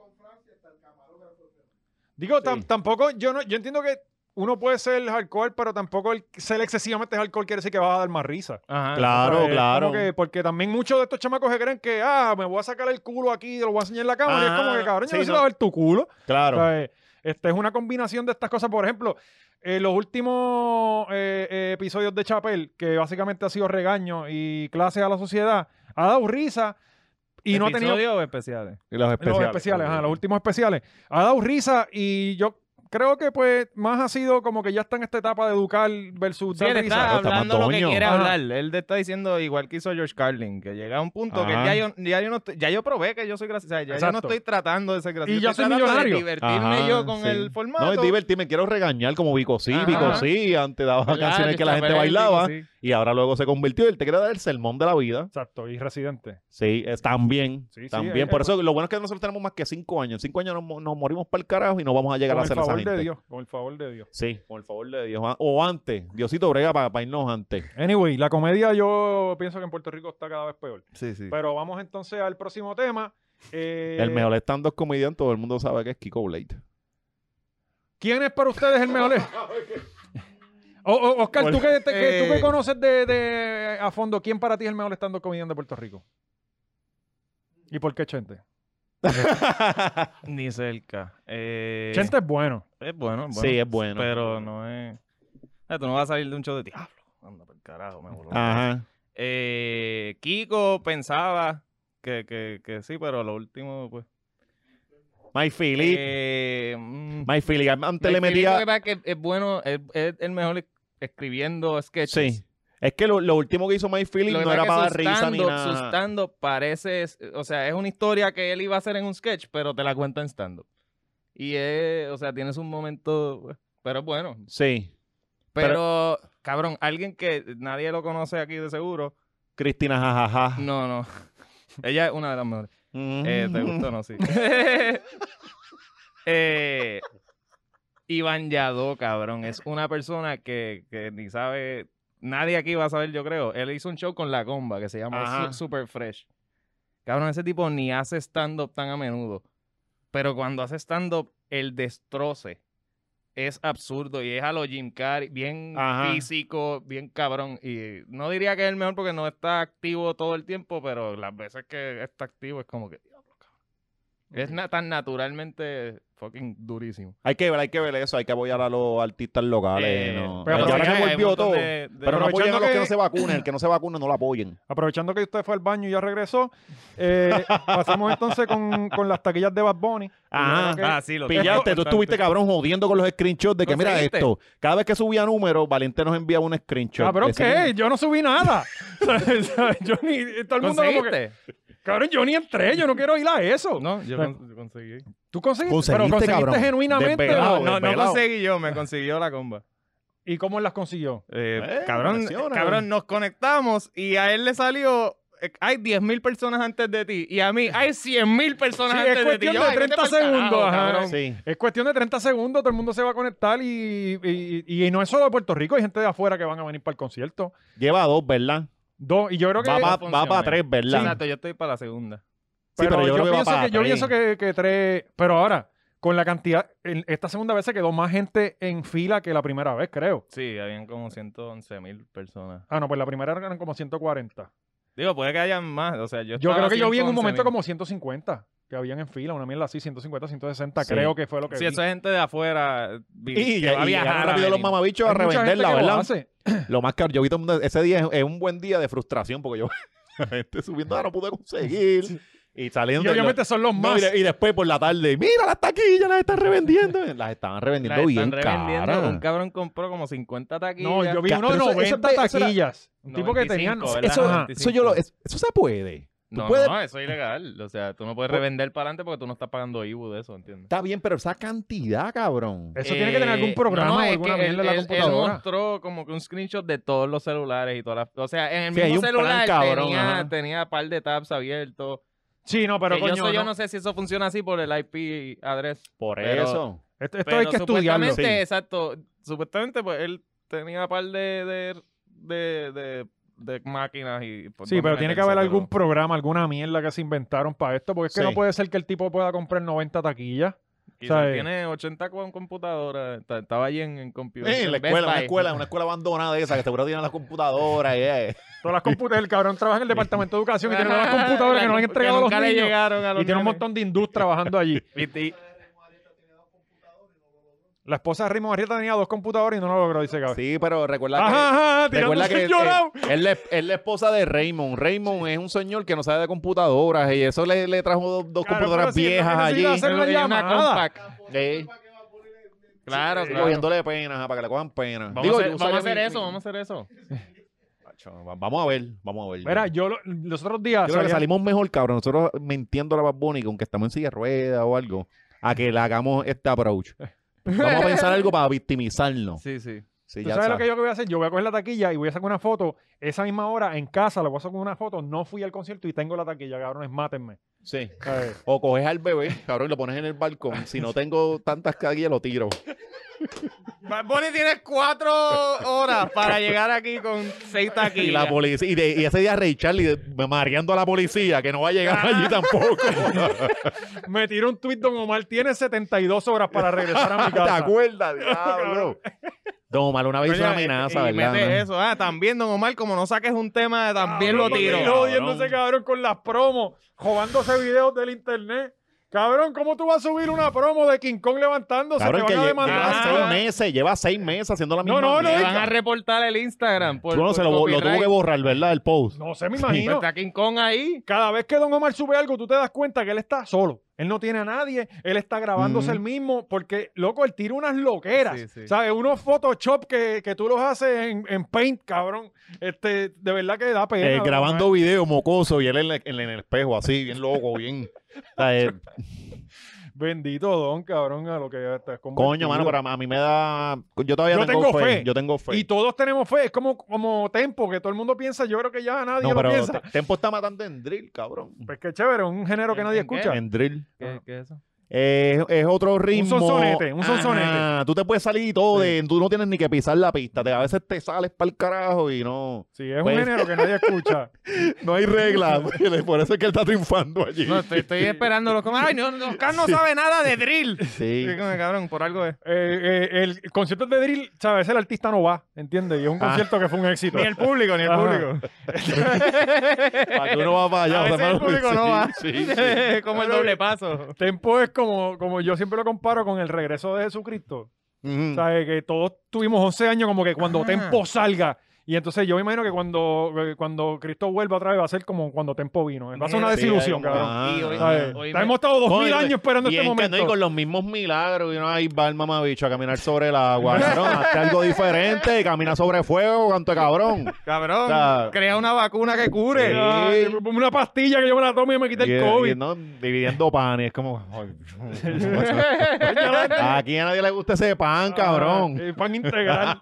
S2: Digo, tam-
S3: Sí.
S2: tampoco, yo no, yo entiendo que uno puede ser hardcore, pero tampoco el ser excesivamente hardcore quiere decir que vas a dar más risa.
S4: Ajá.
S2: O sea,
S3: Claro,
S2: es
S3: claro.
S2: como que- porque también muchos de estos chamacos que creen que, ah, me voy a sacar el culo aquí, lo voy a enseñar en la cámara, y es
S3: Ah,
S2: como que, cabrón, yo
S3: sí,
S2: no sé
S3: no.
S2: ver tu culo.
S3: Claro.
S2: O sea, eh, este es una combinación de estas cosas. Por ejemplo, eh, los últimos eh, eh, episodios de Chapel, que básicamente ha sido regaño y clases a la sociedad, ha dado risa y no ha tenido
S4: ¿Episodio o especiales?
S3: Y los especiales.
S2: los especiales, ajá, los últimos especiales. Ha dado risa y yo creo que pues más ha sido como que ya está en esta etapa de educar versus
S4: Sí,
S2: dar
S4: él
S2: risa.
S4: está
S3: Claro, Oh, está más
S4: hablando lo que
S3: doño. Ah.
S4: quiere
S2: Ajá.
S4: hablar. Él te está diciendo igual que hizo George Carlin, que llega a un punto que
S3: Ajá.
S4: ya yo, ya yo no estoy- ya yo probé que yo soy gracioso. O sea, ya yo no
S2: Exacto.
S4: estoy tratando de ser gracioso.
S2: Y ya
S4: estoy
S2: soy
S4: tratando
S2: millonario.
S4: De divertirme
S3: Ajá,
S4: yo con
S3: sí.
S4: el formato.
S3: No, es divertido, me quiero regañar como Vico sí,
S4: Ajá.
S3: Vico sí, antes daba
S4: ¿Verdad?
S3: canciones que la gente
S4: Chapel,
S3: bailaba
S4: sí, sí.
S3: y ahora luego se convirtió, él te quiere dar el sermón de la vida.
S2: Exacto, y residente.
S3: Sí, es, también,
S2: Sí, sí,
S3: también.
S2: eh,
S3: Por
S2: eh,
S3: eso lo bueno es que nosotros tenemos más que cinco años. En cinco años nos, mo- nos morimos para el carajo y no vamos a llegar
S2: Con
S3: a
S2: el
S3: ser esa
S2: favor
S3: gente.
S2: de Dios, con el favor de Dios.
S3: Sí, por el favor de Dios. Ah, O antes, Diosito brega para irnos
S2: Eh.
S3: antes.
S2: Anyway, la comedia yo pienso que en Puerto Rico está cada vez peor.
S3: Sí, sí.
S2: Pero vamos entonces al próximo tema. Eh,
S3: El mejor stand-up comedian, todo el mundo sabe que es Kiko Blade.
S2: ¿Quién es para ustedes el mejor? O- o- Oscar, ¿tú que, te- que- tú que
S4: Eh.
S2: conoces de, de- a fondo, ¿quién para ti es el mejor estando comediante de Puerto Rico? ¿Y por qué Chente?
S4: Ni cerca. Eh,
S2: Chente es bueno.
S4: Es bueno, es bueno.
S3: sí, es bueno.
S4: Pero no es. Ah, tú no vas a salir de un show de diablo. Anda, por carajo, me voló.
S3: Ajá.
S4: Eh, Kiko pensaba que, que, que sí, pero lo último, pues.
S3: My Philip.
S4: Eh, mm,
S3: My Philip. Antes le
S4: Mike Phillips,
S3: metía.
S4: lo que pasa es que es bueno, es, es el mejor es- escribiendo sketches.
S3: Sí. Es que lo, lo último que hizo Mike Phillips
S4: Lo que
S3: no era
S4: pasa es que
S3: para dar
S4: su
S3: risa ni
S4: stand-up- Su
S3: nada.
S4: stand-up parece, es- o sea, es una historia que él iba a hacer en un sketch, pero te la cuenta en stand-up. Y es, o sea, tienes un momento, pues, pero es bueno.
S3: Sí.
S4: Pero, cabrón, alguien que nadie lo conoce aquí de seguro.
S3: Cristina, jajaja.
S4: No, no. Ella es una de las mejores.
S3: Mm.
S4: Eh, ¿Te gustó? No, sí. Eh, Iván Yadó, cabrón, es una persona que, que ni sabe, nadie aquí va a saber, yo creo. Él hizo un show con La Comba que se llama
S3: Ajá.
S4: Su- Super Fresh. Cabrón, ese tipo ni hace stand-up tan a menudo. Pero cuando hace stand-up, el destroce es absurdo y es a lo Jim Carrey, bien
S3: Ajá.
S4: físico, bien cabrón. Y no diría que es el mejor porque no está activo todo el tiempo, pero las veces que está activo es como que... "Diablo, cabrón". Es na- tan naturalmente fucking durísimo.
S3: Hay que ver, hay que ver eso. Hay que apoyar a los artistas locales.
S4: Eh,
S3: no.
S2: pero
S3: Y
S2: ya
S3: ahora
S4: hay
S3: que
S4: un
S3: volvió
S4: montón
S3: todo.
S4: de- de-
S3: Pero no apoyen a los
S2: Aprovechando
S3: que...
S2: que-
S3: no se vacunen. El que no se vacune no lo apoyen.
S2: Aprovechando que usted fue al baño y ya regresó, eh, pasamos entonces con, con las taquillas de Bad Bunny.
S3: Ajá.
S2: Yo creo que-
S4: sí, lo
S3: ah, Pillaste, tú estuviste cabrón jodiendo con los screenshots de que mira
S4: ¿Conseguiste?
S3: esto. Cada vez que subía números, Valente nos enviaba un screenshot.
S2: Cabrón,
S3: Ese
S2: Ah, ¿qué? Yo no subí nada. ¿Sabes? ¿Sabes? yo ni, todo el mundo como que,
S4: ¿Conseguiste?
S2: cabrón, yo ni entré, yo no quiero ir a eso.
S4: No, yo
S2: Claro.
S4: con- yo conseguí.
S2: Tú conseguiste,
S3: Conseguiste,
S2: pero conseguiste
S3: cabrón.
S2: genuinamente.
S3: Desvelado,
S2: o-
S4: No, no
S3: Pelado.
S4: conseguí yo, me consiguió la comba.
S2: ¿Y cómo las consiguió?
S4: Eh,
S3: Eh,
S4: cabrón,
S3: reacciona.
S4: cabrón, nos conectamos y a él le salió. eh, Hay 10.000 personas antes de ti y a mí hay 100.000 personas
S2: Sí, es
S4: antes de ti.
S2: cuestión
S4: Yo,
S2: de
S4: ay, vete
S2: 30
S4: pa'l carajo,
S2: segundos, ajá.
S4: cabrón.
S3: Sí.
S2: Es cuestión de 30 segundos, todo el mundo se va a conectar y, y- y no es solo de Puerto Rico, hay gente de afuera que van a venir para el concierto.
S3: Lleva dos, ¿verdad?
S2: Dos, y yo creo que...
S3: Va
S4: no
S3: para
S4: funciona.
S3: tres,
S4: Sí,
S3: ¿verdad?
S4: Exacto, yo estoy para la segunda.
S3: Sí,
S2: pero yo,
S3: creo va
S2: pienso,
S3: para
S2: que, yo
S3: tres.
S2: pienso que, que tres... Pero ahora, con la cantidad... en- esta segunda vez se quedó más gente en fila que la primera vez, creo.
S4: Sí, habían como 111.000 personas.
S2: Ah, no, pues la primera eran como 140.
S4: Digo, puede que hayan más. O sea, yo,
S2: Yo
S4: estaba
S2: creo que yo vi en un
S4: 111.000.
S2: momento como 150 que habían en fila, una mierda así, 150, 160,
S3: Sí.
S2: creo que fue lo que
S4: Sí,
S2: vi.
S4: esa gente de afuera. vi-
S3: Y,
S4: que va a
S3: ya
S4: viajar a
S3: rápido los
S4: venir.
S3: mamabichos a
S2: Hay mucha gente
S3: revenderla,
S2: que lo
S3: ¿verdad?
S2: hace.
S3: Lo más caro, yo vi todo el mundo, ese día es, es un buen día de frustración porque yo la gente subiendo, ah, no pude conseguir. Y saliendo.
S2: Y obviamente son los
S3: no,
S2: más.
S3: y, de- y después por la tarde, mira las taquillas, las están revendiendo. Las estaban
S4: La
S3: revendiendo bien
S4: están revendiendo.
S3: caras.
S4: Un cabrón compró como 50 taquillas.
S2: No, yo vi
S3: Ca-
S2: uno de
S3: pero eso- eso
S2: 90
S3: te- eso era-
S2: taquillas. Un tipo que tenía...
S4: 95, ¿verdad?
S3: Eso,
S4: Ajá.
S3: eso, yo lo, es- eso se puede. Tú
S4: No,
S3: puedes-
S4: no, eso es ilegal. O sea, tú no puedes
S3: Pu-
S4: revender para adelante porque tú no estás pagando IBU de eso, ¿entiendes?
S3: Está bien, pero esa cantidad, cabrón.
S2: Eso tiene que tener
S4: Eh,
S2: algún programa
S4: no, no,
S2: o
S4: es
S2: alguna
S4: que
S2: mierda en
S4: él-
S2: la
S4: él- Él
S2: computadora.
S4: mostró como que un screenshot de todos los celulares y todas las... O sea, en el
S3: Sí, hay
S4: mismo
S3: un plan,
S4: celular
S3: cabrón,
S4: tenía,
S3: ajá.
S4: tenía par de tabs abiertos.
S2: Sí, no, pero
S4: Que
S2: coño,
S4: yo, sé- yo
S2: no.
S4: no sé si eso funciona así por el IP address.
S3: Por
S4: Pero-
S3: eso.
S2: Esto, esto
S4: Pero
S2: hay que estudiarlo.
S4: Supuestamente,
S3: Sí.
S4: exacto. Supuestamente, pues, él tenía par de... de, de, de de máquinas y por
S2: Sí,
S4: donde
S2: pero tiene que
S4: meterse,
S2: haber
S4: pero-
S2: algún programa, alguna mierda que se inventaron para esto, porque es que
S3: Sí.
S2: no puede ser que el tipo pueda comprar 90 taquillas.
S4: Quizás
S2: ¿sabes?
S4: tiene 80 con computadoras. ta- Estaba allí en, en computer.
S3: Eh, en la
S4: Best
S3: escuela, una
S4: Buy.
S3: escuela, una escuela abandonada de esa que seguro tienen las computadoras. eh.
S2: Todas las computadoras, el cabrón trabaja en el departamento de educación y tiene todas las
S4: Ajá,
S2: computadoras que
S4: la
S2: no han
S4: compu-
S2: entregado a los
S4: nunca le
S2: niños.
S4: llegaron a los
S2: Y tiene un
S4: nenes.
S2: montón de industria trabajando allí.
S4: Y- y-
S2: La esposa de Rimo Arrieta tenía dos computadoras y no lo logró, dice Gaby.
S3: Sí, pero recuerda que.
S2: Ajá, ajá, ajá,
S3: Recuerda
S2: tirándose el
S3: que eh,
S2: llorado.
S3: es, la, es la esposa de Raymond. Raymond es un señor que no sabe de computadoras y eso le, le trajo dos, dos
S2: Claro, pero
S3: computadoras
S2: si él no
S3: viejas allí.
S2: necesita hacer
S4: Pero
S2: la
S4: hay una
S2: llamada.
S4: compact.
S3: Eh,
S4: Claro, claro.
S3: Cogiéndole pena, ajá, para que le cojan pena.
S4: Vamos,
S3: Digo,
S4: a hacer,
S3: yo
S4: vamos a
S3: usaría
S4: hacer
S3: mi-
S4: eso, vamos a hacer eso.
S3: Macho, va- Vamos a ver, vamos a ver.
S2: Mira,
S3: yo
S2: yo lo- los otros días.
S3: creo que
S2: salía-
S3: salimos mejor, cabrón. Nosotros mintiendo a la Bad Bunny, que aunque estamos en silla de ruedas o algo, a que le hagamos este approach. Vamos a pensar algo para victimizarnos.
S4: Sí, sí.
S3: Sí,
S2: ¿Tú
S3: ya
S2: sabes lo
S3: sabes.
S2: que yo voy a hacer? Yo voy a coger la taquilla y voy a sacar una foto esa misma hora en casa, le voy a sacar una foto, no fui al concierto y tengo la taquilla, cabrones, mátenme.
S3: Sí.
S2: ¿Sabes?
S3: O coges al bebé, cabrón, y lo pones en el balcón. Si no tengo tantas caguillas, lo tiro.
S4: Bad Bunny tienes cuatro horas para llegar aquí con seis
S3: Y la
S4: taquillas.
S3: policía, y, de- y ese día Ray Charlie de- mareando a la policía, que no va a
S2: Ah.
S3: llegar allí tampoco.
S2: Me tiró un tuit, Don Omar, tiene 72 horas para regresar a mi
S3: ¿Te
S2: casa.
S3: acuerdas, diablo? Don Omar una vez hizo una
S4: Oye,
S3: amenaza,
S4: y
S3: ¿verdad?
S4: mete
S3: no?
S4: eso. Ah, también, don Omar, como no saques un tema, también lo
S2: Cabrón,
S4: tiro.
S2: y odiándose, cabrón, con las promos, robándose videos del internet. Cabrón, ¿cómo tú vas a subir una promo de King Kong levantándose?
S3: Cabrón,
S2: Te
S3: que
S2: van a
S3: lle-
S2: demandar.
S3: lleva
S4: Ah.
S3: seis meses, lleva seis meses haciendo la misma
S2: no,
S4: Le
S2: no,
S3: mierda.
S4: van a reportar el Instagram. Por,
S3: Bueno,
S4: por
S3: se lo, lo tuvo
S4: copyright. Pues
S3: que borrar, ¿verdad? El post.
S2: No sé, me imagino.
S4: Está King Kong ahí.
S2: Cada vez que Don Omar sube algo, tú te das cuenta que él está solo. Él no tiene a nadie, él está grabándose
S3: Ujú.
S2: el mismo, porque, loco, él tira unas loqueras.
S4: Sí, sí.
S2: ¿Sabes? Unos Photoshop que, que tú los haces en, en Paint, cabrón. Este, de verdad que da pena.
S3: Eh,
S2: Don
S3: grabando
S2: Omar.
S3: video mocoso y él en, la- en- en el espejo, así, bien loco, bien. O sea, eh,
S2: Bendito Don, cabrón, a lo que ya está convertido.
S3: coño, mano, pero a mí me da. Yo todavía
S2: Yo
S3: tengo,
S2: tengo
S3: fe.
S2: fe.
S3: Yo tengo fe.
S2: Y todos tenemos fe. Es como, como Tempo, que todo el mundo piensa. Yo creo que ya nadie
S3: no,
S2: lo
S3: pero
S2: piensa.
S3: Te- Tempo está matando en drill, cabrón.
S2: Pues qué chévere, un género que
S4: ¿En-
S2: nadie
S4: en qué?
S2: escucha.
S3: En drill.
S4: ¿Qué, qué es eso?
S3: Eh, es, es otro ritmo.
S2: sonsonete, un
S3: Ajá,
S2: sonsonete.
S3: Tú te puedes salir y todo, de, tú no tienes ni que pisar la pista. Te- a veces te sales para el carajo y no.
S2: Sí, es
S3: Pues-
S2: un género que nadie escucha.
S3: No hay reglas. por eso es que él está triunfando allí.
S4: No, estoy, estoy esperándolo. Como, ay, no, no, Oscar no sabe nada de drill.
S3: Sí.
S4: Sí, como, cabrón, por algo es.
S2: Eh, eh, el concierto de Drill, ¿sabes? El artista no va, ¿entiendes? Y es un
S3: Ah.
S2: concierto que fue un éxito.
S4: Ni el público, ni el
S2: Ajá.
S4: público.
S3: Ah, tú no vas para allá.
S4: A
S3: o sea,
S4: veces el
S3: mano,
S4: público
S3: sí,
S4: no va.
S3: sí, sí.
S4: como el doble paso.
S2: Tempo es como, como yo siempre lo comparo con el regreso de Jesucristo.
S3: Ujú.
S2: ¿Sabes? Que todos tuvimos 11 años como que cuando
S4: Ah.
S2: Tempo salga Y entonces yo me imagino que cuando, eh, cuando Cristo vuelva otra vez va a ser como cuando Tempo vino. Va a ser una
S4: Sí,
S2: desilusión,
S3: ahí como-
S2: cabrón.
S3: Ah,
S4: Y hoy-
S2: ¿Sabes?
S4: hoy me-
S2: Hemos estado dos mil
S3: Coño,
S2: años esperando
S3: y
S2: este
S3: en que no,
S2: momento.
S3: y con los mismos milagros, y no, ahí va el mamabicho a caminar sobre el agua, cabrón, hazte algo diferente, camina sobre fuego, canto de cabrón.
S4: Cabrón,
S3: O sea,
S4: crea una vacuna que cure.
S3: Sí.
S2: Ay, una pastilla que yo me la tomo y me quita
S3: Y-
S2: el
S3: y
S2: COVID.
S3: no, dividiendo pan, y es como, ay, aquí a nadie le gusta ese pan, cabrón.
S2: El pan integral.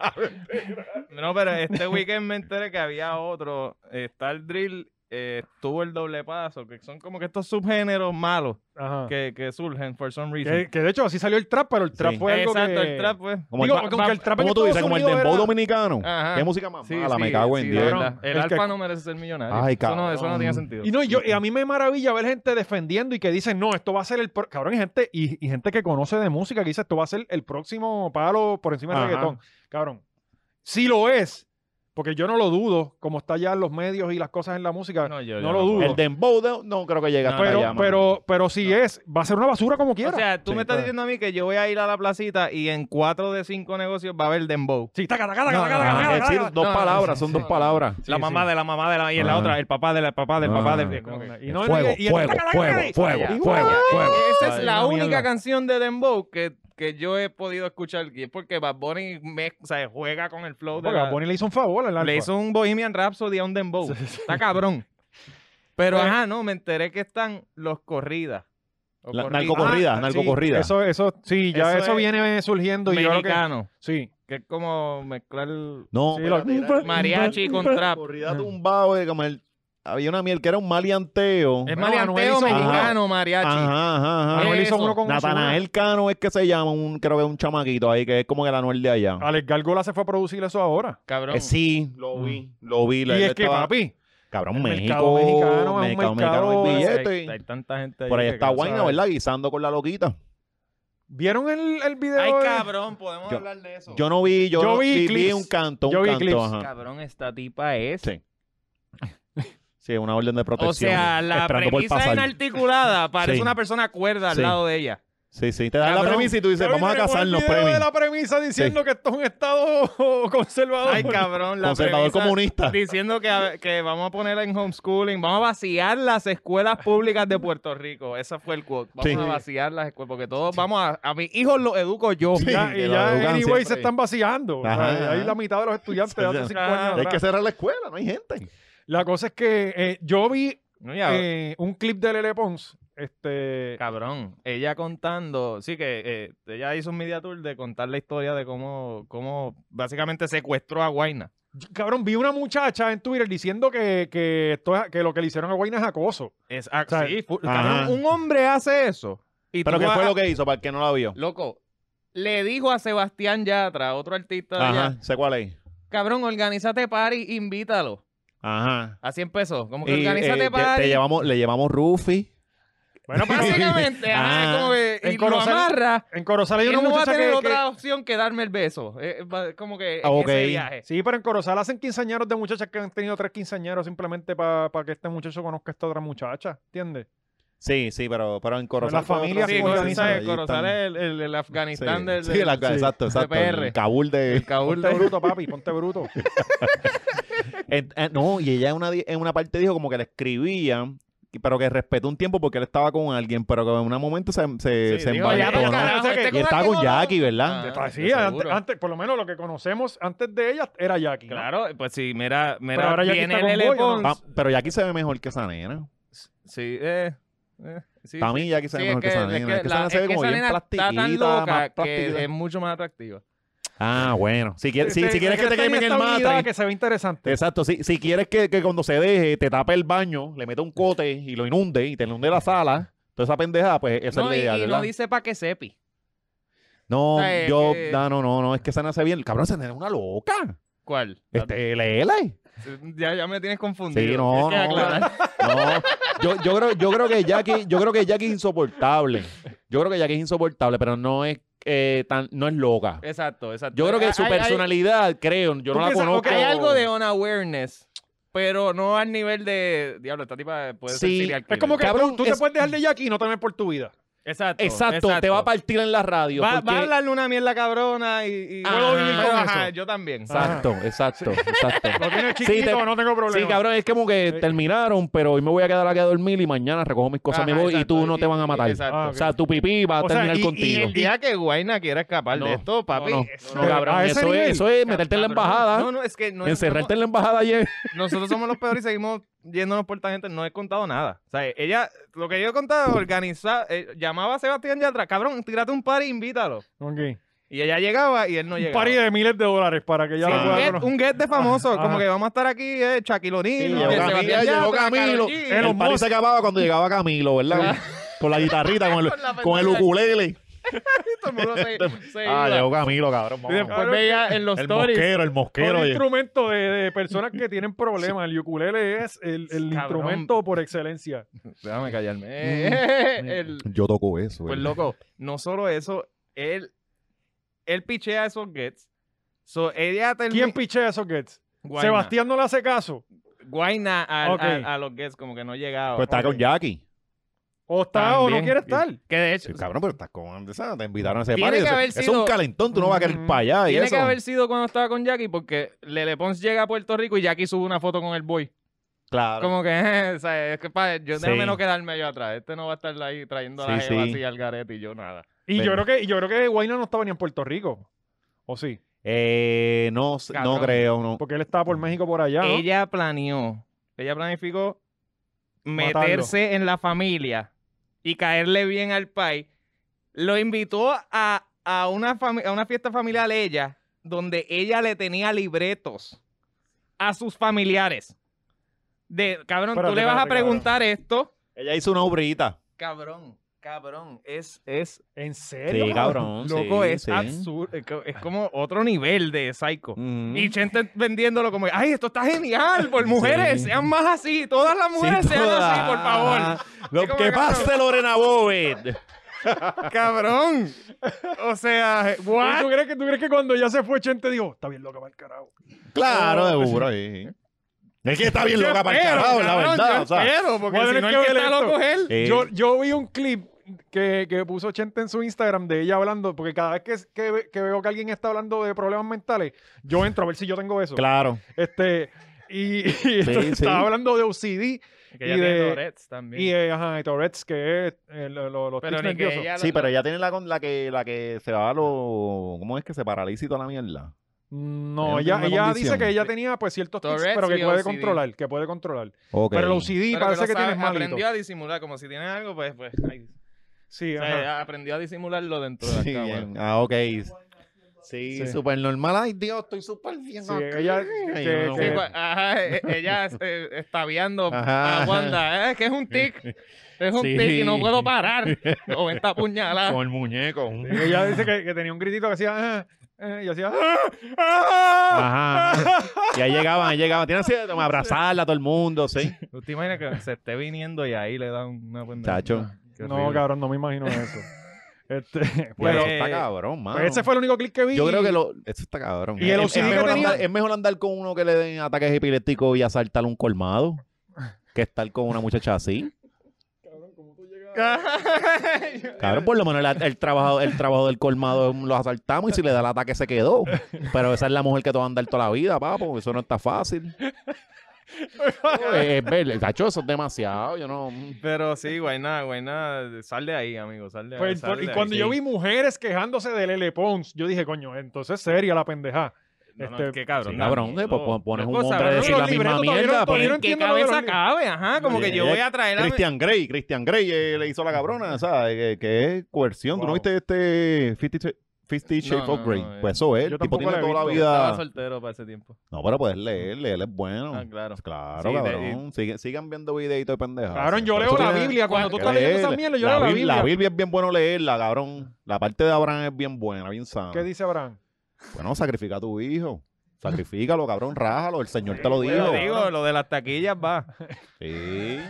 S4: No, pero este weekend me enteré que había otro. eh, Está el drill, eh, estuvo el doble paso, que son como que estos subgéneros malos
S2: Ajá.
S4: que, que surgen for some reason.
S2: Que, que de hecho así salió el trap, pero el trap
S3: Sí.
S2: fue algo
S4: Exacto,
S2: que...
S4: el trap, pues.
S3: Como
S2: Digo,
S3: el,
S2: como que el trap en
S3: como tú dices,
S2: Estados
S3: como el
S2: Unidos
S3: dembow
S2: era-
S3: dominicano.
S4: Ajá.
S3: Qué música más
S4: Sí,
S3: mala,
S4: sí,
S3: me cago en
S4: sí, de
S3: Dios.
S4: verdad. El,
S2: Es que-
S4: alfa no merece ser millonario.
S3: Ay,
S4: eso, no, eso no tiene
S3: cabrón.
S4: sentido.
S2: Y no, yo, y a mí me maravilla ver gente defendiendo y que dicen, no, esto va a ser el... pro-". Cabrón, y gente, y, y gente que conoce de música que dice, esto va a ser el próximo palo por encima del
S3: Ajá.
S2: reggaetón. Cabrón, sí lo es, porque yo no lo dudo, como está ya en los medios y las cosas en la música, no,
S4: No, yo-
S2: lo
S4: yo no puedo.
S2: dudo.
S3: El dembow, de- no creo que llegue hasta
S2: pero,
S3: allá, mano.
S2: pero, pero si es, va a ser una basura como
S4: O
S2: quiera.
S4: sea, tú
S3: Sí,
S4: me estás
S3: claro.
S4: diciendo a mí que yo voy a ir a la placita y en cuatro de cinco negocios va a haber dembow.
S2: sí, taca, taca, taca,
S4: No,
S2: taca,
S4: no,
S2: taca,
S4: no,
S2: taca,
S3: Es decir,
S2: taca.
S3: dos
S4: no,
S3: palabras,
S4: sí,
S3: son
S4: sí,
S3: dos
S4: sí.
S3: palabras.
S4: la
S2: Sí,
S4: mamá
S2: sí.
S4: de la mamá de la y en
S3: Ah.
S4: la otra, el papá de la el papá del papá del.
S3: Ah.
S4: como que-
S2: Y no-
S3: fuego,
S2: y- y-
S3: fuego,
S2: taca, taca,
S3: fuego,
S2: taca,
S3: fuego,
S2: taca.
S3: fuego, fuego.
S4: Esa es
S2: Ay,
S4: la
S2: una
S4: única
S2: mierda.
S4: canción de Dembow que, que yo he podido escuchar. Y es porque Bad Bunny me- o sea, juega con el flow. De
S2: Porque
S4: la-
S2: a Bonnie le hizo un favor al
S4: le
S2: Alfa.
S4: hizo un Bohemian Rhapsody a un Dembow. Está cabrón. Pero,
S3: Pues
S4: ajá, no, me enteré que están los corridas. O
S3: La-
S4: corridas.
S3: narcocorrida,
S2: Ah,
S3: narcocorrida.
S2: sí, Eso, eso, sí, ya
S4: Eso
S2: eso,
S4: es
S2: viene surgiendo. Y yo creo que,
S4: Mexicano,
S2: sí.
S4: que es como mezclar el
S3: No,
S2: Sí, lo-
S3: espérate, era-
S4: mariachi con trap.
S3: Corrida tumbao, eh, como el- había una miel que era un maleanteo.
S4: Es
S2: Bueno,
S4: maleanteo
S2: Anuel hizo-
S4: mexicano, mariachi.
S3: Ajá, ajá, ajá.
S2: Anuel hizo
S4: Eso.
S2: uno con Ozuna.
S3: Natanael Cano es que se llama, un, creo que es un chamaquito ahí, que es como el Anuel de allá.
S2: Alex Gargola se fue a producir eso ahora.
S4: Cabrón.
S3: Eh, sí, lo vi, lo vi.
S2: Y
S3: la- él
S2: es que,
S3: estaba-
S2: papi,
S3: Cabrón,
S2: el mercado
S3: México.
S2: mexicano es un mercado-
S3: hay
S4: Hay-
S3: billete.
S4: hay, tanta gente ahí
S3: Por ahí
S4: que
S3: está
S4: no
S3: Guayna,
S4: sabe.
S3: ¿verdad? Guisando con la loquita.
S2: ¿vieron el, el video?
S4: Ay,
S2: de-
S4: cabrón, podemos
S3: Yo-
S4: hablar de eso.
S3: Yo no vi, yo,
S2: Yo
S3: no-
S2: vi
S3: vi,
S2: clips.
S3: un canto, un
S2: Yo vi
S3: canto.
S2: clips.
S3: ajá.
S4: Cabrón, esta tipa es.
S3: Sí. Sí, una orden de protección.
S4: O sea, la
S3: esperando por
S4: premisa
S3: pasar.
S4: inarticulada parece
S3: Sí.
S4: una persona cuerda al
S3: Sí.
S4: lado de ella.
S3: Sí, sí, te dan la
S4: Cabrón,
S3: premisa y tú dices,
S2: Cabrón,
S3: vamos a
S2: llegó el
S3: casarnos,
S2: video
S3: premios.
S2: de la premisa diciendo que esto es un estado conservador.
S4: Ay, cabrón, la
S3: Conservador
S4: premisa
S3: comunista.
S4: Diciendo que, a- que vamos a ponerla en homeschooling, vamos a vaciar las escuelas públicas de Puerto Rico. Ese fue el quote. Vamos
S3: Sí.
S4: a vaciar las escuelas, porque todos vamos a... A mis hijos los educo yo.
S2: Y ya,
S3: que
S2: y
S3: lo
S2: ya
S3: educan
S2: anyway,
S3: siempre.
S2: se están vaciando. O sea,
S3: Ajá,
S2: Ahí
S3: ajá.
S2: la mitad de los estudiantes de hace cinco años.
S3: Hay que
S2: atrás.
S3: cerrar la escuela, no hay gente.
S2: La cosa es que eh, yo vi
S4: No, y ahora-
S2: eh, un clip de Lele Pons. Este,
S4: Cabrón, ella contando, sí que eh, ella hizo un media tour de contar la historia de cómo, cómo básicamente secuestró a Guaina.
S2: cabrón, vi una muchacha en Twitter diciendo que, que, esto es- que lo que le hicieron a Guayna es acoso.
S4: Es, ah,
S2: O sea,
S4: sí, fu-
S3: ajá.
S4: cabrón, un hombre hace eso. Y
S3: Pero
S4: tú
S3: ¿qué
S4: vas
S3: fue
S4: a-
S3: lo que hizo para el que no la vio?
S4: Loco, le dijo a Sebastián Yatra, otro artista de allá,
S3: Ajá, sé cuál es.
S4: cabrón, organízate party, invítalo.
S3: Ajá.
S4: Así empezó, como que
S3: Y,
S4: organízate
S3: eh, te-
S4: party.
S3: te llevamos, le llevamos Rufi.
S2: Bueno,
S4: Ah,
S2: pero
S4: Básicamente, ajá,
S3: Ah.
S4: es como que-
S2: En
S4: y lo
S2: conocer-
S4: amarra.
S2: en Corozal hay
S4: Él
S2: una
S4: no va a
S2: muchacha
S4: tener
S2: que- que,
S4: otra opción que darme el beso. Eh, va- como que en
S3: Ah, ok.
S4: ese viaje.
S2: Sí, pero en Corozal hacen quinceañeros de muchachas que han tenido tres quinceañeros simplemente para que este muchacho conozca a esta otra muchacha, ¿entiendes?
S3: Sí, sí, pero, pero en Corozal.
S2: Las familias
S4: Sí,
S2: Sí,
S4: Corozal,
S2: organizan,
S4: ¿sabes? Corozal es el, el- el Afganistán
S3: Sí,
S4: del,
S3: sí,
S4: del-
S3: la- exacto, exacto.
S4: PR.
S3: El Kabul de.
S4: del Kabul.
S2: Ponte bruto, papi, ponte bruto. Pues
S3: Eh, eh, no, y ella en una, di- en una parte dijo como que le escribían, y- pero que respetó un tiempo porque él estaba con alguien, pero que en un momento se, se,
S4: Sí,
S3: se
S4: dijo,
S2: "Ya,
S3: envalentonó.
S2: pues, carajo,
S3: Y estaba con Jackie, ¿verdad?
S4: Ah,
S2: sí,
S4: de
S2: antes,
S4: seguro.
S2: antes- por lo menos lo que conocemos antes de ella era Jackie. ¿no?
S4: Claro, pues sí, mira, mira,
S2: Pero ahora ya aquí
S4: viene
S2: está con
S4: Lele
S2: Boy, ¿o no?
S4: Pons.
S3: Ah, pero Jackie se ve mejor que esa nena.
S4: Sí, eh, eh, sí.
S3: Para mí Jackie se ve
S4: Sí, es
S3: mejor
S4: que,
S3: que, esa nena.
S4: es que
S3: Es que esa
S4: la-
S3: nena se ve
S4: es que
S3: como
S4: esa
S3: bien
S4: nena está tan
S3: plastiquita, más
S4: loca que
S3: plastiquita.
S4: es mucho más atractiva.
S3: Ah, bueno. Si quieres,
S2: Este,
S3: si, si quieres que te
S2: Esta
S3: quemen el
S2: inestabilidad
S3: matre.
S2: que se ve interesante.
S3: Exacto, si, si quieres que, que cuando se deje te tape el baño, le meta un cote y lo inunde y te inunde la sala, toda esa pendejada, pues esa
S4: No,
S3: es
S4: y,
S3: la idea,
S4: y
S3: ¿verdad?
S4: no dice para que sepi.
S3: No,
S4: O sea, eh,
S3: yo,
S4: eh,
S3: no, no, no, no, es que esa nace bien. Cabrón, esa nena es una loca.
S4: ¿Cuál?
S3: Este, LL.
S4: Ya, ya me tienes confundido.
S3: Sí, no,
S4: Tienes que
S3: no.
S4: aclarar.
S3: No, yo, yo, creo, yo creo que Jackie, yo creo que Jackie es insoportable. Yo creo que Jackie es insoportable, pero no es eh, tan, no es loca.
S4: Exacto, exacto.
S3: Yo creo que su
S4: Eh, Hay- hay-
S3: personalidad, creo, yo
S2: ¿Tú
S3: no la
S2: piensas-
S3: conozco.
S2: ok,
S4: Hay algo de unawareness, pero no al nivel de. Diablo, esta tipa puede
S3: Sí,
S4: ser serial
S2: Es
S4: killer.
S2: como que
S3: Cabrón,
S2: tú, tú te
S3: es-
S2: puedes dejar de Jackie y no temer por tu vida.
S4: Exacto.
S3: Exacto, te va a partir en la radio.
S4: Va,
S3: porque- Ah,
S4: va a hablarle una mierda cabrona y, y
S3: Ajá.
S4: puedo vivir con
S2: Ajá,
S4: eso. Yo también.
S3: Exacto, exacto, exacto.
S2: Lo tienes
S3: Sí,
S2: chiquito,
S3: te-
S2: no tengo problema.
S3: Sí, cabrón, es como que
S2: Sí.
S3: terminaron, pero hoy me voy a quedar aquí a dormir y mañana recojo mis cosas, me
S4: Ajá,
S3: voy y
S4: exacto,
S3: tú no te van a matar.
S4: exacto.
S2: Ah,
S3: O sea, tu pipí va a
S2: O sea,
S3: terminar
S2: y- y
S4: Y
S3: contigo.
S4: el día que Guaina quiera escapar
S3: No,
S4: de esto, papi.
S3: no,
S4: eso-
S3: no, cabrón,
S2: ¿A ese
S3: eso
S2: nivel?
S3: es, eso es meterte en la
S4: cabrón,
S3: embajada,
S4: No, no, es que no
S3: encerrarte en la embajada ayer.
S4: Nosotros somos los peores y seguimos yéndonos por tangente. No he contado nada. O sea, ella, lo que yo he contado, organizaba, llamaba a Sebastián Yatra, cabrón, tírate un par e invítalo.
S2: Ok.
S4: Y ella llegaba y él no
S2: Un
S4: llegaba.
S2: pari de miles de dólares para que ya
S4: Sí,
S2: lo
S4: un,
S2: pueda
S4: get,
S2: conocer.
S4: un get de famoso,
S2: Ajá.
S4: como que vamos a estar aquí, eh, Shaquille O'Neal,
S3: Sí,
S4: eh,
S3: llegó Camilo,
S4: Sebastián
S3: llegó
S4: Yatra,
S3: Camilo.
S4: Karol G.
S2: Elon
S3: El party
S2: Musk.
S3: se acababa cuando llegaba Camilo, ¿verdad? Con la guitarrita, con el,
S4: Con la
S3: con el
S4: pantalla.
S3: ukulele.
S4: Todo el mundo se- se
S3: Ah,
S4: iba.
S3: llegó Camilo, cabrón.
S4: Y
S3: vamos.
S4: después veía en los
S3: El
S4: stories.
S3: mosquero, el
S2: Un
S3: mosquero. oye.
S2: instrumento de, de personas que tienen problemas. El ukulele es el, el
S4: Cabrón.
S2: instrumento por excelencia.
S4: Déjame callarme.
S3: Mm.
S4: Eh, el-
S3: Yo toco eso.
S4: Pues
S3: oye.
S4: loco, no solo eso, él, él pichea esos gets. So, ella termi-
S2: ¿Quién pichea esos gets?
S4: Guayna.
S2: Sebastián no le hace caso.
S4: Guayna al-
S2: Ok.
S4: al- a, los gets, como que no llegaba.
S3: Pues está con Jackie.
S2: O está o no
S4: También.
S2: quiere estar.
S4: Que de hecho,
S3: Sí, cabrón, pero estás con. esa- Te invitaron a ese
S4: Tiene
S3: party.
S4: que
S3: eso-
S4: haber
S3: eso es
S4: sido-
S3: un calentón, tú no vas a querer
S2: Mm,
S3: para allá. y
S4: tiene
S3: eso.
S4: que haber sido cuando estaba con Jackie, porque Lele Pons llega a Puerto Rico y Jackie sube una foto con el boy.
S3: Claro.
S4: Como que, eh, o sea, es que pa, yo
S3: Sí.
S4: déjame no quedarme yo atrás. Este no va a estar ahí trayendo a la
S3: Sí,
S4: jeva
S3: sí.
S4: así al garete y yo nada.
S2: Y yo,
S3: Ven.
S2: creo que, y yo creo que Guayna no estaba ni en Puerto Rico. ¿O sí?
S3: Eh, no, sé- no
S4: Cabrón.
S3: creo, no.
S2: Porque él estaba por México por allá. ¿no?
S4: Ella planeó, ella planificó
S2: Matarlo.
S4: meterse en la familia y caerle bien al país. Lo invitó a, a una, fami- a una fiesta familiar ella, donde ella le tenía libretos a sus familiares. De, cabrón,
S2: Espérate,
S4: tú le vas a
S2: espérate, cabrón.
S4: preguntar esto.
S3: Ella hizo una obrita.
S4: Cabrón, cabrón, es, es,
S2: ¿En serio?
S3: Sí, cabrón.
S4: loco,
S3: sí,
S4: es
S3: sí.
S4: absurdo, es co- es como otro nivel de psycho.
S3: Ujú.
S4: Y gente vendiéndolo como, ay, esto está genial, por mujeres,
S3: Sí.
S4: sean más así, todas las mujeres
S3: Sí,
S4: sean
S3: toda.
S4: así, por favor.
S3: Lo
S4: Sí, como
S3: que
S4: que, cabrón.
S3: pase, Lorena Bobet.
S4: Cabrón. O sea,
S2: ¿Y ¿Tú
S4: what?
S2: crees, que, ¿Tú crees que cuando ya se fue Chente dijo, está bien loca para el carajo?
S3: Claro, seguro. sí. Es que está bien
S4: Oh. Yo
S3: loca para el
S4: espero,
S3: carajo, la
S4: cabrón,
S3: verdad.
S4: yo
S3: o sea.
S4: espero, porque
S2: Voy a
S4: si
S2: tener
S4: no
S2: que
S4: el que
S2: ver
S4: está
S2: esto.
S4: loco es él.
S3: Eh,
S2: Yo, yo vi un clip que, que puso Chente en su Instagram de ella hablando, porque cada vez que, que ve- que veo que alguien está hablando de problemas mentales, yo entro a ver si yo tengo eso.
S3: Claro.
S2: Este, y, y
S3: sí.
S2: estaba hablando de OCD
S4: Que
S2: y de-
S4: Tourette's también.
S2: y de ajá, y Tourette's, que es eh, lo- lo- los
S4: pero
S2: tics
S4: ni que
S2: nerviosos.
S4: ella... lo-
S3: Sí, pero ella tiene la, con- la que la que se va a lo. ¿Cómo es que se paraliza y toda la mierda?
S2: No,
S3: Ella
S2: ella,
S3: tiene una
S2: ella
S3: condición.
S2: dice que ella tenía pues ciertos tics,
S4: Tourette's
S2: pero que
S4: y
S2: puede
S4: OCD.
S2: controlar, que puede controlar.
S3: Ok.
S2: Pero el OCD
S4: pero
S2: parece
S4: lo
S2: que,
S4: sabe,
S2: tienes malito.
S4: Aprendió a disimular, como si tiene algo, pues... pues ay.
S2: Sí,
S4: O
S2: ajá.
S4: sea, aprendió a disimularlo dentro de
S3: Sí,
S4: acá, bueno.
S3: bien. Ah, ok. Sí,
S2: Sí.
S3: súper normal. Ay, Dios, estoy súper bien.
S2: Sí,
S3: acá.
S2: ella-
S3: Ay,
S2: que-
S3: no.
S4: Sí, cua- ajá, e- ella eh, estaviando
S3: Ajá.
S4: a Wanda. "Eh, Es que es un tic. Es un
S3: Sí.
S4: tic y no puedo parar. 90 puñaladas.
S3: Con el muñeco.
S2: Ella dice que, que tenía un gritito que hacía... "Ah, ah", y hacía... "Ah, ah".
S3: Ajá. Y ahí llegaban, ahí llegaban. Tienen así, como abrazarla a todo el mundo, sí.
S4: ¿Tú te imaginas que se esté viniendo y ahí le da una pendeja?
S3: Chacho.
S4: Qué
S2: No,
S4: horrible.
S2: cabrón, no me imagino eso. este,
S3: Pero
S2: pero
S4: eh,
S3: está cabrón, Pues, mano.
S2: pues ese fue el único clip que vi.
S3: Yo creo que lo, eso está cabrón.
S2: Y el
S3: Es-
S2: OCD
S3: es,
S2: que
S3: mejor
S2: tenía-
S3: andar, es mejor andar con uno que le den ataques epilépticos y asaltar un colmado que estar con una muchacha así. Cabrón, por lo menos el, el trabajo, el trabajo del colmado lo asaltamos y si le da el ataque se quedó. Pero esa es la mujer que te va a andar toda la vida, papo. Eso no está fácil. Eh, No, es, es ver- gacho, eso es demasiado. Yo no.
S4: Pero sí, güey, nada, güey, nada. Sal de ahí, amigo, sal de
S2: Pues,
S4: ahí. sal
S2: y
S4: de
S2: cuando
S4: ahí.
S2: yo
S4: Sí.
S2: vi mujeres quejándose de Lele Pons, yo dije, coño, entonces seria la pendeja.
S4: No, no,
S2: este,
S4: qué cabrón.
S3: sí, cabrón,
S4: Dani,
S3: pues,
S4: no.
S3: pon- pones un
S4: Loco,
S3: hombre a
S4: sabrón,
S3: decir
S4: los
S3: la misma
S4: libretos
S2: todavía no-
S3: mierda.
S2: todavía no
S3: pues.
S4: ¿En qué
S2: entiendo lo de los
S4: cabeza
S2: libros.
S4: cabe? Ajá, como que yo voy a traer a...
S3: Christian Grey, Christian Grey eh, le hizo la cabrona, ¿sabes? Que, que es coerción. ¿Tú no
S2: Wow.
S3: viste este 50, Sh- 50 Shades
S4: No,
S3: of
S4: no,
S3: Grey?
S4: no, eh.
S3: pues eso es,
S2: Yo
S3: el
S2: tampoco
S3: tipo tiene
S2: la he
S3: toda la
S2: visto.
S4: Estaba
S3: vida.
S4: soltero para ese tiempo.
S3: No, pero puedes leer, leer es bueno.
S4: Ah, claro.
S3: Claro,
S4: Sí, de-
S3: cabrón. Sigue- sigan viendo videitos de pendejadas.
S2: Cabrón,
S3: sí.
S2: yo
S3: Por
S2: leo
S3: eso
S2: la
S3: tiene-
S2: Biblia. Cuando tú
S3: Hay que
S2: estás leyendo esa
S3: leer.
S2: mierda, yo leo la
S3: Bib-
S2: Biblia.
S3: La Biblia es bien bueno leerla, cabrón. La parte de Abraham es bien buena, bien sana.
S2: ¿Qué dice Abraham?
S3: Bueno, sacrifica a tu hijo. Sacrifícalo, cabrón, rájalo. El Señor te lo
S4: Pues,
S3: dijo.
S4: lo digo, lo de las taquillas va.
S3: Sí.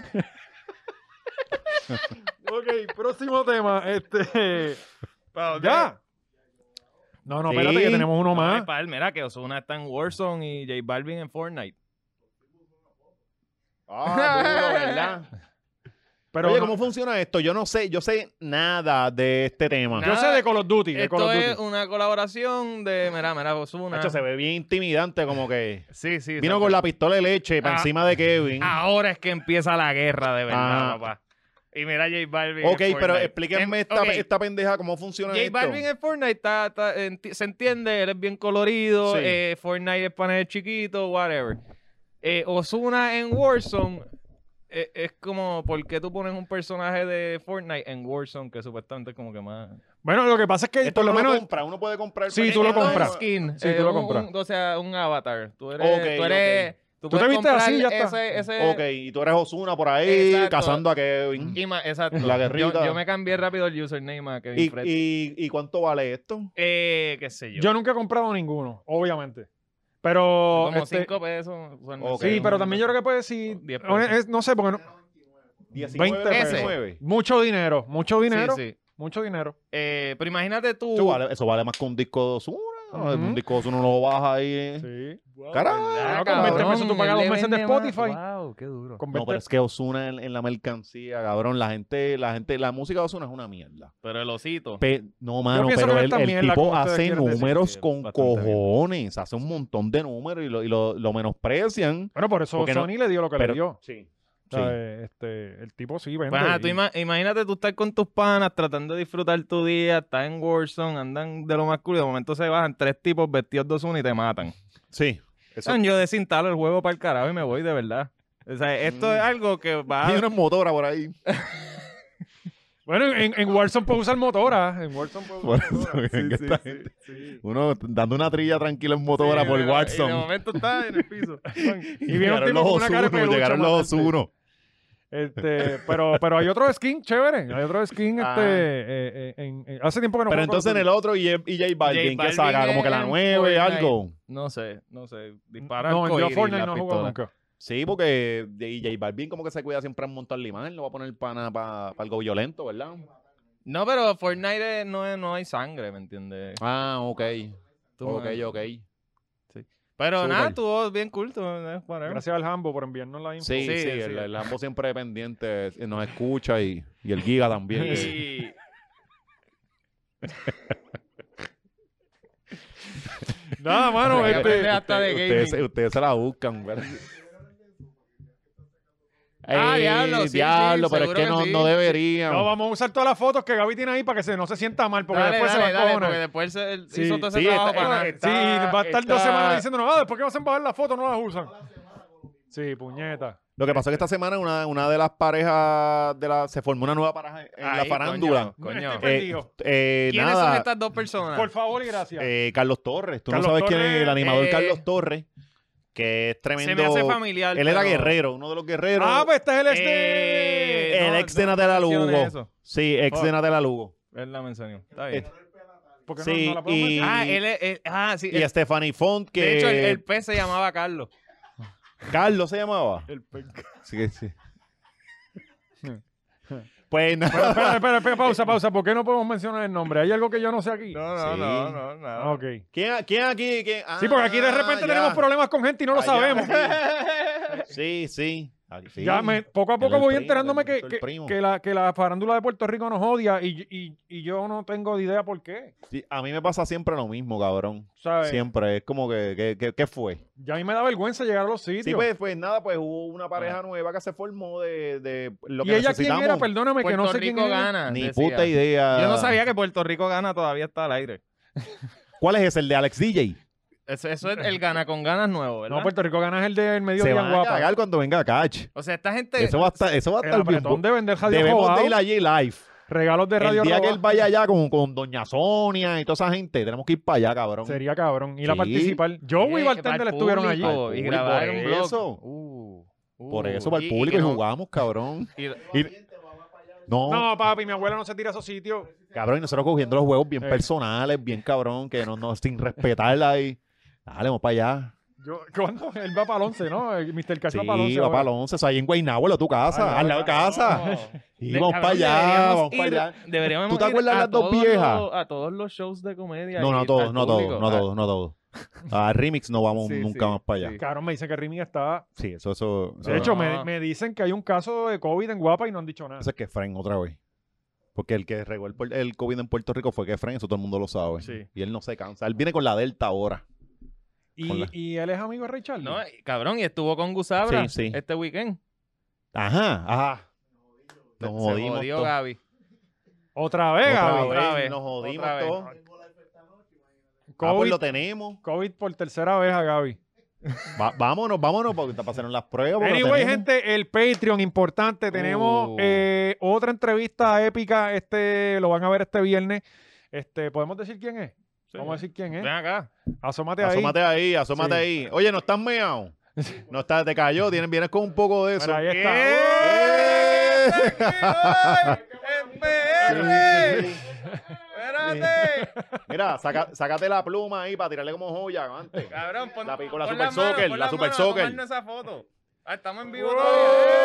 S2: ok, próximo tema. Este, ¿Ya? No, no,
S3: Sí.
S2: espérate que tenemos uno
S4: No,
S2: más.
S4: es para él, mira que Osuna está en Warzone y J Balvin en Fortnite.
S3: Ah, duro, ¿verdad?
S2: Pero
S3: Oye,
S2: no-
S3: ¿cómo funciona esto? Yo no sé, yo sé nada de este tema.
S2: yo sé de Call of Duty. De Call
S4: Esto
S2: of Duty.
S4: es una colaboración de. Mira, mira, Ozuna.
S3: Nacho, se ve bien intimidante, como que
S4: Sí, sí.
S3: vino
S4: se-
S3: con la pistola de leche para
S4: Ah.
S3: encima de Kevin.
S4: Ahora es que empieza la guerra de verdad,
S3: Ah.
S4: papá. Y mira a J Balvin.
S3: ok,
S4: en
S3: pero
S4: Fortnite.
S3: explíquenme
S4: En-
S3: esta,
S4: ok,
S3: esta pendeja, cómo funciona
S4: J
S3: esto.
S4: Balvin en Fortnite está, está- enti- se entiende, él es bien colorido,
S3: Sí.
S4: eh, Fortnite es panel chiquito, whatever. Eh, Osuna en Warzone eh, es como, ¿por qué tú pones un personaje de Fortnite en Warzone que supuestamente es como que más...
S2: Bueno, lo que pasa es que
S3: Esto
S2: por lo
S3: uno
S2: menos.
S3: compra, uno puede comprar.
S2: Sí, tú lo
S4: Esto es un
S2: compras.
S4: skin, eh,
S2: Sí, tú lo
S4: un-
S2: compras.
S4: un- o sea, un avatar. Tú eres...
S3: Ok,
S4: tú eres-
S2: Tú
S4: tú
S2: te
S4: puedes
S2: viste así,
S4: comprar
S2: ya está.
S4: Ese, ese-
S3: Ok, y tú eres Osuna por ahí
S4: Exacto.
S3: cazando a
S2: Mm.
S3: Kevin.
S4: y más- exacto.
S3: La guerrita.
S4: Yo, yo me cambié rápido el username a Kevin
S3: ¿Y,
S4: Fred.
S3: y, y cuánto vale esto?
S4: eh, qué sé yo.
S2: Yo nunca he comprado ninguno, obviamente. Pero.
S4: como
S2: este,
S4: 5 pesos. usualmente.
S3: Ok.
S2: Sí, pero también yo creo que puede sí.
S4: 10
S2: no,
S4: pesos.
S2: es- no sé, porque no-
S3: 19,
S4: Ese.
S3: 19.
S2: mucho dinero, mucho dinero,
S4: Sí, sí.
S2: mucho dinero.
S4: Eh, pero imagínate tú.
S3: Eso vale, eso vale más que un disco de Osuna.
S2: Ujú.
S3: Un disco de Osuna lo baja ahí. eh.
S2: Sí.
S3: Carajo.
S4: Ah,
S2: Claro, con 20 pesos tú pagas dos meses de Spotify.
S4: Wow, qué duro.
S2: Con
S3: No,
S2: 20
S3: pero es que Osuna en, en la mercancía, cabrón. La gente, la gente, la música de Osuna es una mierda.
S4: Pero el osito.
S3: Pe- no, mano,
S2: pienso
S3: pero
S2: que
S3: el,
S2: esta
S3: el
S2: mierda,
S3: tipo
S2: como ustedes
S3: hace
S2: quieren decir,
S3: números
S4: sí, es
S3: con
S4: bastante bien.
S3: cojones. Hace un montón de números y lo, y lo- lo menosprecian.
S2: Bueno, por eso
S3: Porque no-
S2: Sony le dio lo que le
S3: pero-
S2: dio.
S3: Sí.
S2: O sea, eh, este, el tipo sí vende.
S4: Pues, ajá, tú
S2: y-
S4: ima- imagínate tú estar con tus panas tratando de disfrutar tu día, estás en Warzone, andan de lo más cool y de momento se bajan tres tipos vestidos de Ozuna y te matan.
S3: Sí. Eso-
S4: Son, yo desinstalo el juego para el carajo y me voy de verdad. O sea, esto
S3: Mm.
S4: es algo que
S2: Ah.
S4: va
S3: Hay una motora por ahí.
S2: Bueno, en, en Warzone puedes usar motora. En Warzone puedes
S3: Por
S2: usar
S3: eso,
S2: motora.
S3: ven que
S2: Sí,
S3: esta
S2: sí,
S3: gente-
S2: sí, sí.
S3: Uno dando una trilla tranquila en motora
S4: Sí,
S3: por
S4: pero-
S3: Watson.
S4: Y de momento está en el piso.
S2: Y viene un
S3: llegaron
S2: tipo
S3: los
S2: con una cara de
S3: Osunos,
S2: peluche
S3: llegaron
S2: a
S3: los
S2: matarte.
S3: Osunos.
S2: Este, pero, pero hay otro skin chévere. Hay otro skin
S3: Ah.
S2: este, eh, eh, en- en- hace tiempo que no juego Call
S3: Pero
S2: of
S3: entonces en el otro y, y J Balvin,
S4: J
S3: ¿qué saca?
S4: Balvin
S3: Como que la
S4: en
S3: 9,
S4: Fortnite.
S3: algo.
S4: No sé, no sé.
S2: Duty.
S4: Dispara
S2: No, en
S4: arcoíris
S2: yo
S4: y
S2: Fortnite
S4: la
S2: no he jugado
S4: pistola.
S2: nunca.
S3: Sí, porque y J Balvin como que se cuida siempre en montar limán, lo va a poner pana para algo violento, ¿verdad?
S4: No, pero Fortnite eh, no, es- no hay sangre, ¿me entiendes?
S3: Ah, ok.
S4: Tú,
S3: ok,
S4: eh.
S3: ok.
S4: Pero
S3: Súper.
S4: nada, tu voz bien cool. tú, eh, whatever.
S2: Gracias al Hambo por enviarnos la info.
S3: Sí, sí,
S4: Sí, sí.
S3: el, el Lambo siempre pendiente, eh, nos escucha y, y el Giga también. que-
S4: Y-
S2: Nada, mano.
S4: Hay que
S2: este,
S4: aprender hasta de gaming.
S3: ustedes, se- ustedes se la buscan, ¿verdad?
S4: Ah,
S3: Ey,
S4: diablo, sí, sí,
S3: diablo, pero es
S4: seguro
S3: que,
S4: que
S3: no,
S4: sí.
S3: no deberían.
S2: no, vamos a usar todas las fotos que Gaby tiene ahí para que se, no se sienta mal, porque
S4: dale,
S2: después se
S4: dale,
S2: va a
S4: dale,
S2: cojonar.
S4: porque después se- él
S2: Sí,
S4: hizo todo ese
S3: sí,
S4: trabajo
S3: está-
S4: para nada.
S2: Sí,
S3: está-
S2: va a estar dos
S3: está-
S2: semanas diciéndonos, ah, después que hacen bajar la foto, no las usan. Sí, puñeta.
S3: Lo que pasó es que esta semana una, una de las parejas de la, se formó una nueva pareja en la
S4: Ahí,
S3: farándula.
S4: coño, coño.
S2: Estoy
S3: Eh,
S2: perdido.
S3: eh,
S4: Este, ¿Quiénes son
S3: nada,
S4: estas dos personas?
S2: Por favor y gracias.
S3: eh, Carlos Torres. Tú
S2: Carlos
S3: no sabes quién es
S2: Torres,
S3: el animador
S4: eh,
S3: Carlos Torres, que es tremendo.
S4: Se me hace familiar.
S3: Él era
S4: pero-
S3: guerrero, uno de los guerreros.
S2: ah, pues este es el
S4: Eh,
S2: este.
S3: el
S4: no,
S3: ex
S4: no
S3: de Natalia
S4: menciones
S3: Lugo.
S4: eso.
S3: Sí, ex de
S4: Oh.
S3: Natalia Lugo.
S4: Él la mencionó. Está bien.
S2: ¿Por qué
S3: sí,
S2: no, no la podemos
S3: y-
S2: mencionar?
S4: Ah, él es. él- ah, sí.
S3: Y
S4: él-
S3: Stephanie Font, que
S4: De hecho, el, el pez se llamaba Carlos.
S3: Carlos se llamaba.
S2: El penca-
S3: Sí, que sí. pues nada.
S2: Espera, Ah, espera, espera, espera, pausa, pausa. ¿Por qué no podemos mencionar el nombre? ¿Hay algo que yo no sé aquí?
S3: no, no, no,
S4: nada.
S2: Ah, Ok.
S3: ¿Quién, quién aquí? quién?
S2: Sí, porque aquí de repente
S3: Ah, ya.
S2: tenemos problemas con gente y no lo
S3: Ah, ya.
S2: sabemos.
S3: Sí, sí. Ah, sí.
S2: Ya me, poco a
S3: Él
S2: poco
S3: es el
S2: voy
S3: primo,
S2: enterándome
S3: él es
S2: que,
S3: el
S2: que,
S3: primo.
S2: que la, que la farándula de Puerto Rico nos odia y, y, y yo no tengo ni idea por qué.
S3: Sí, a mí me pasa siempre lo mismo, cabrón.
S2: ¿Sabes?
S3: Siempre. Es como que, que, que- ¿qué fue?
S2: Ya a mí me da vergüenza llegar a los sitios.
S3: Sí, pues, pues nada, pues hubo una pareja nueva que se formó de, de lo
S2: Ah. ¿Y
S3: que
S2: ella quién
S3: necesitamos.
S2: era? Perdóname, que
S4: Puerto
S2: no sé
S4: Rico
S2: quién era.
S4: gana.
S3: Ni
S4: decía.
S3: puta idea.
S4: Yo no sabía que Puerto Rico gana todavía está al aire.
S3: ¿Cuál es ese? El de Alex DJ.
S4: Eso, eso es el gana con ganas nuevo, ¿verdad?
S2: No, Puerto Rico gana es el del medio
S3: se
S2: día
S3: van a
S2: guapa.
S3: cagar cuando venga Catch.
S4: O sea, esta gente.
S3: Eso va a estar, eso va a
S2: El
S3: estar bien.
S2: apretón
S3: bu-
S2: de vender radio
S3: Debemos
S2: Jobado,
S3: de ir allí live.
S2: regalos de radio
S3: El día que
S2: Jobado,
S3: él vaya allá con, con Doña Sonia y toda esa gente, tenemos que ir para allá, cabrón.
S2: sería cabrón ir a
S3: Sí.
S2: participar. Joey y
S4: Oye,
S2: Bartender
S4: para el
S2: estuvieron allí.
S4: público
S3: Al
S4: Y
S3: público,
S4: grabar
S3: por
S4: un blog.
S3: eso.
S4: Uh, uh,
S3: Por eso, para
S4: y-
S3: el
S4: y
S3: público,
S4: que
S3: y,
S4: no-
S3: jugamos, cabrón.
S4: y-
S3: Y- no,
S2: No, papi, mi abuela no se tira a esos sitios.
S3: cabrón, y nosotros cogiendo los juegos bien
S2: Eh.
S3: personales, bien cabrón, que no, no, sin respetarla ahí. Dale, vamos para allá.
S2: Yo, ¿Cuándo? Él va para el 11, ¿no? El Mr. Cash
S3: Sí,
S2: va para el 11.
S3: va para el 11, o sea, ahí en Guaynábulo, tu casa, al lado de casa. Ah, Y
S4: De-
S3: vamos
S4: cabrón,
S3: para allá,
S4: deberíamos
S3: vamos para
S4: ir-
S3: allá.
S4: Deberíamos
S3: ¿Tú te
S4: ir
S3: acuerdas
S4: a
S3: de las dos
S4: todos
S3: viejas?
S4: los- a todos los shows de comedia.
S3: No,
S4: y
S3: no
S4: al
S3: todos, no todos,
S4: público.
S3: no todos, no todos. A Remix no vamos
S4: Sí,
S3: nunca
S4: sí,
S3: más para allá.
S4: sí.
S2: Cabrón, me dicen que Rimi está.
S3: Sí, eso, eso. eso-
S2: De hecho, me,
S4: Ah.
S2: me dicen que hay un caso de COVID en Guapa y no han dicho nada.
S3: Eso es que Fren otra vez. Porque el que regó el, puer- el COVID en Puerto Rico fue que Fren, eso todo el mundo lo sabe.
S4: Sí.
S3: Y él no se cansa. Él viene con la Delta ahora. con
S2: Y,
S3: la-
S2: y él es amigo de Richard.
S4: Ah, No, eh. y- cabrón, y estuvo con Gusabra
S3: Sí, sí.
S4: este weekend.
S3: Ajá, ajá. Nos
S4: Se
S3: jodimos. ¿Eh?
S4: jodió
S3: todo.
S4: Gaby.
S2: Otra vez,
S3: Otra
S2: Gaby.
S3: vez,
S4: Otra vez,
S3: Nos jodimos
S4: otra vez.
S3: todo. Ah, pues
S2: COVID,
S3: lo tenemos.
S2: COVID por tercera vez a Gaby.
S3: Va- vámonos, vámonos, porque te pasaron las pruebas. porque lo
S2: Anyway,
S3: tenemos. Oh.
S2: gente, el Patreon, importante. Tenemos
S4: Uh.
S2: eh, otra entrevista épica. Este, lo van a ver este viernes. Este, ¿podemos decir quién es? Vamos a decir quién
S4: Ven
S2: es.
S4: acá.
S2: Asómate ahí.
S3: Asómate ahí, asómate
S2: Sí.
S3: ahí. Oye, no estás meado. No estás, te cayó, tienes, vienes con un poco de eso.
S2: Mira, ahí
S3: ¿Qué?
S2: está.
S4: ¡Eh! Espérate.
S3: Mira, saca- sácate la pluma ahí para tirarle como joya antes.
S4: Cabrón, pon
S3: La película
S4: pon
S3: Super
S4: las manos,
S3: Soccer,
S4: pon
S3: la
S4: las
S3: Super
S4: manos a
S3: Soccer. Oh.
S4: tomarnos esa foto. Ah, estamos en vivo todavía.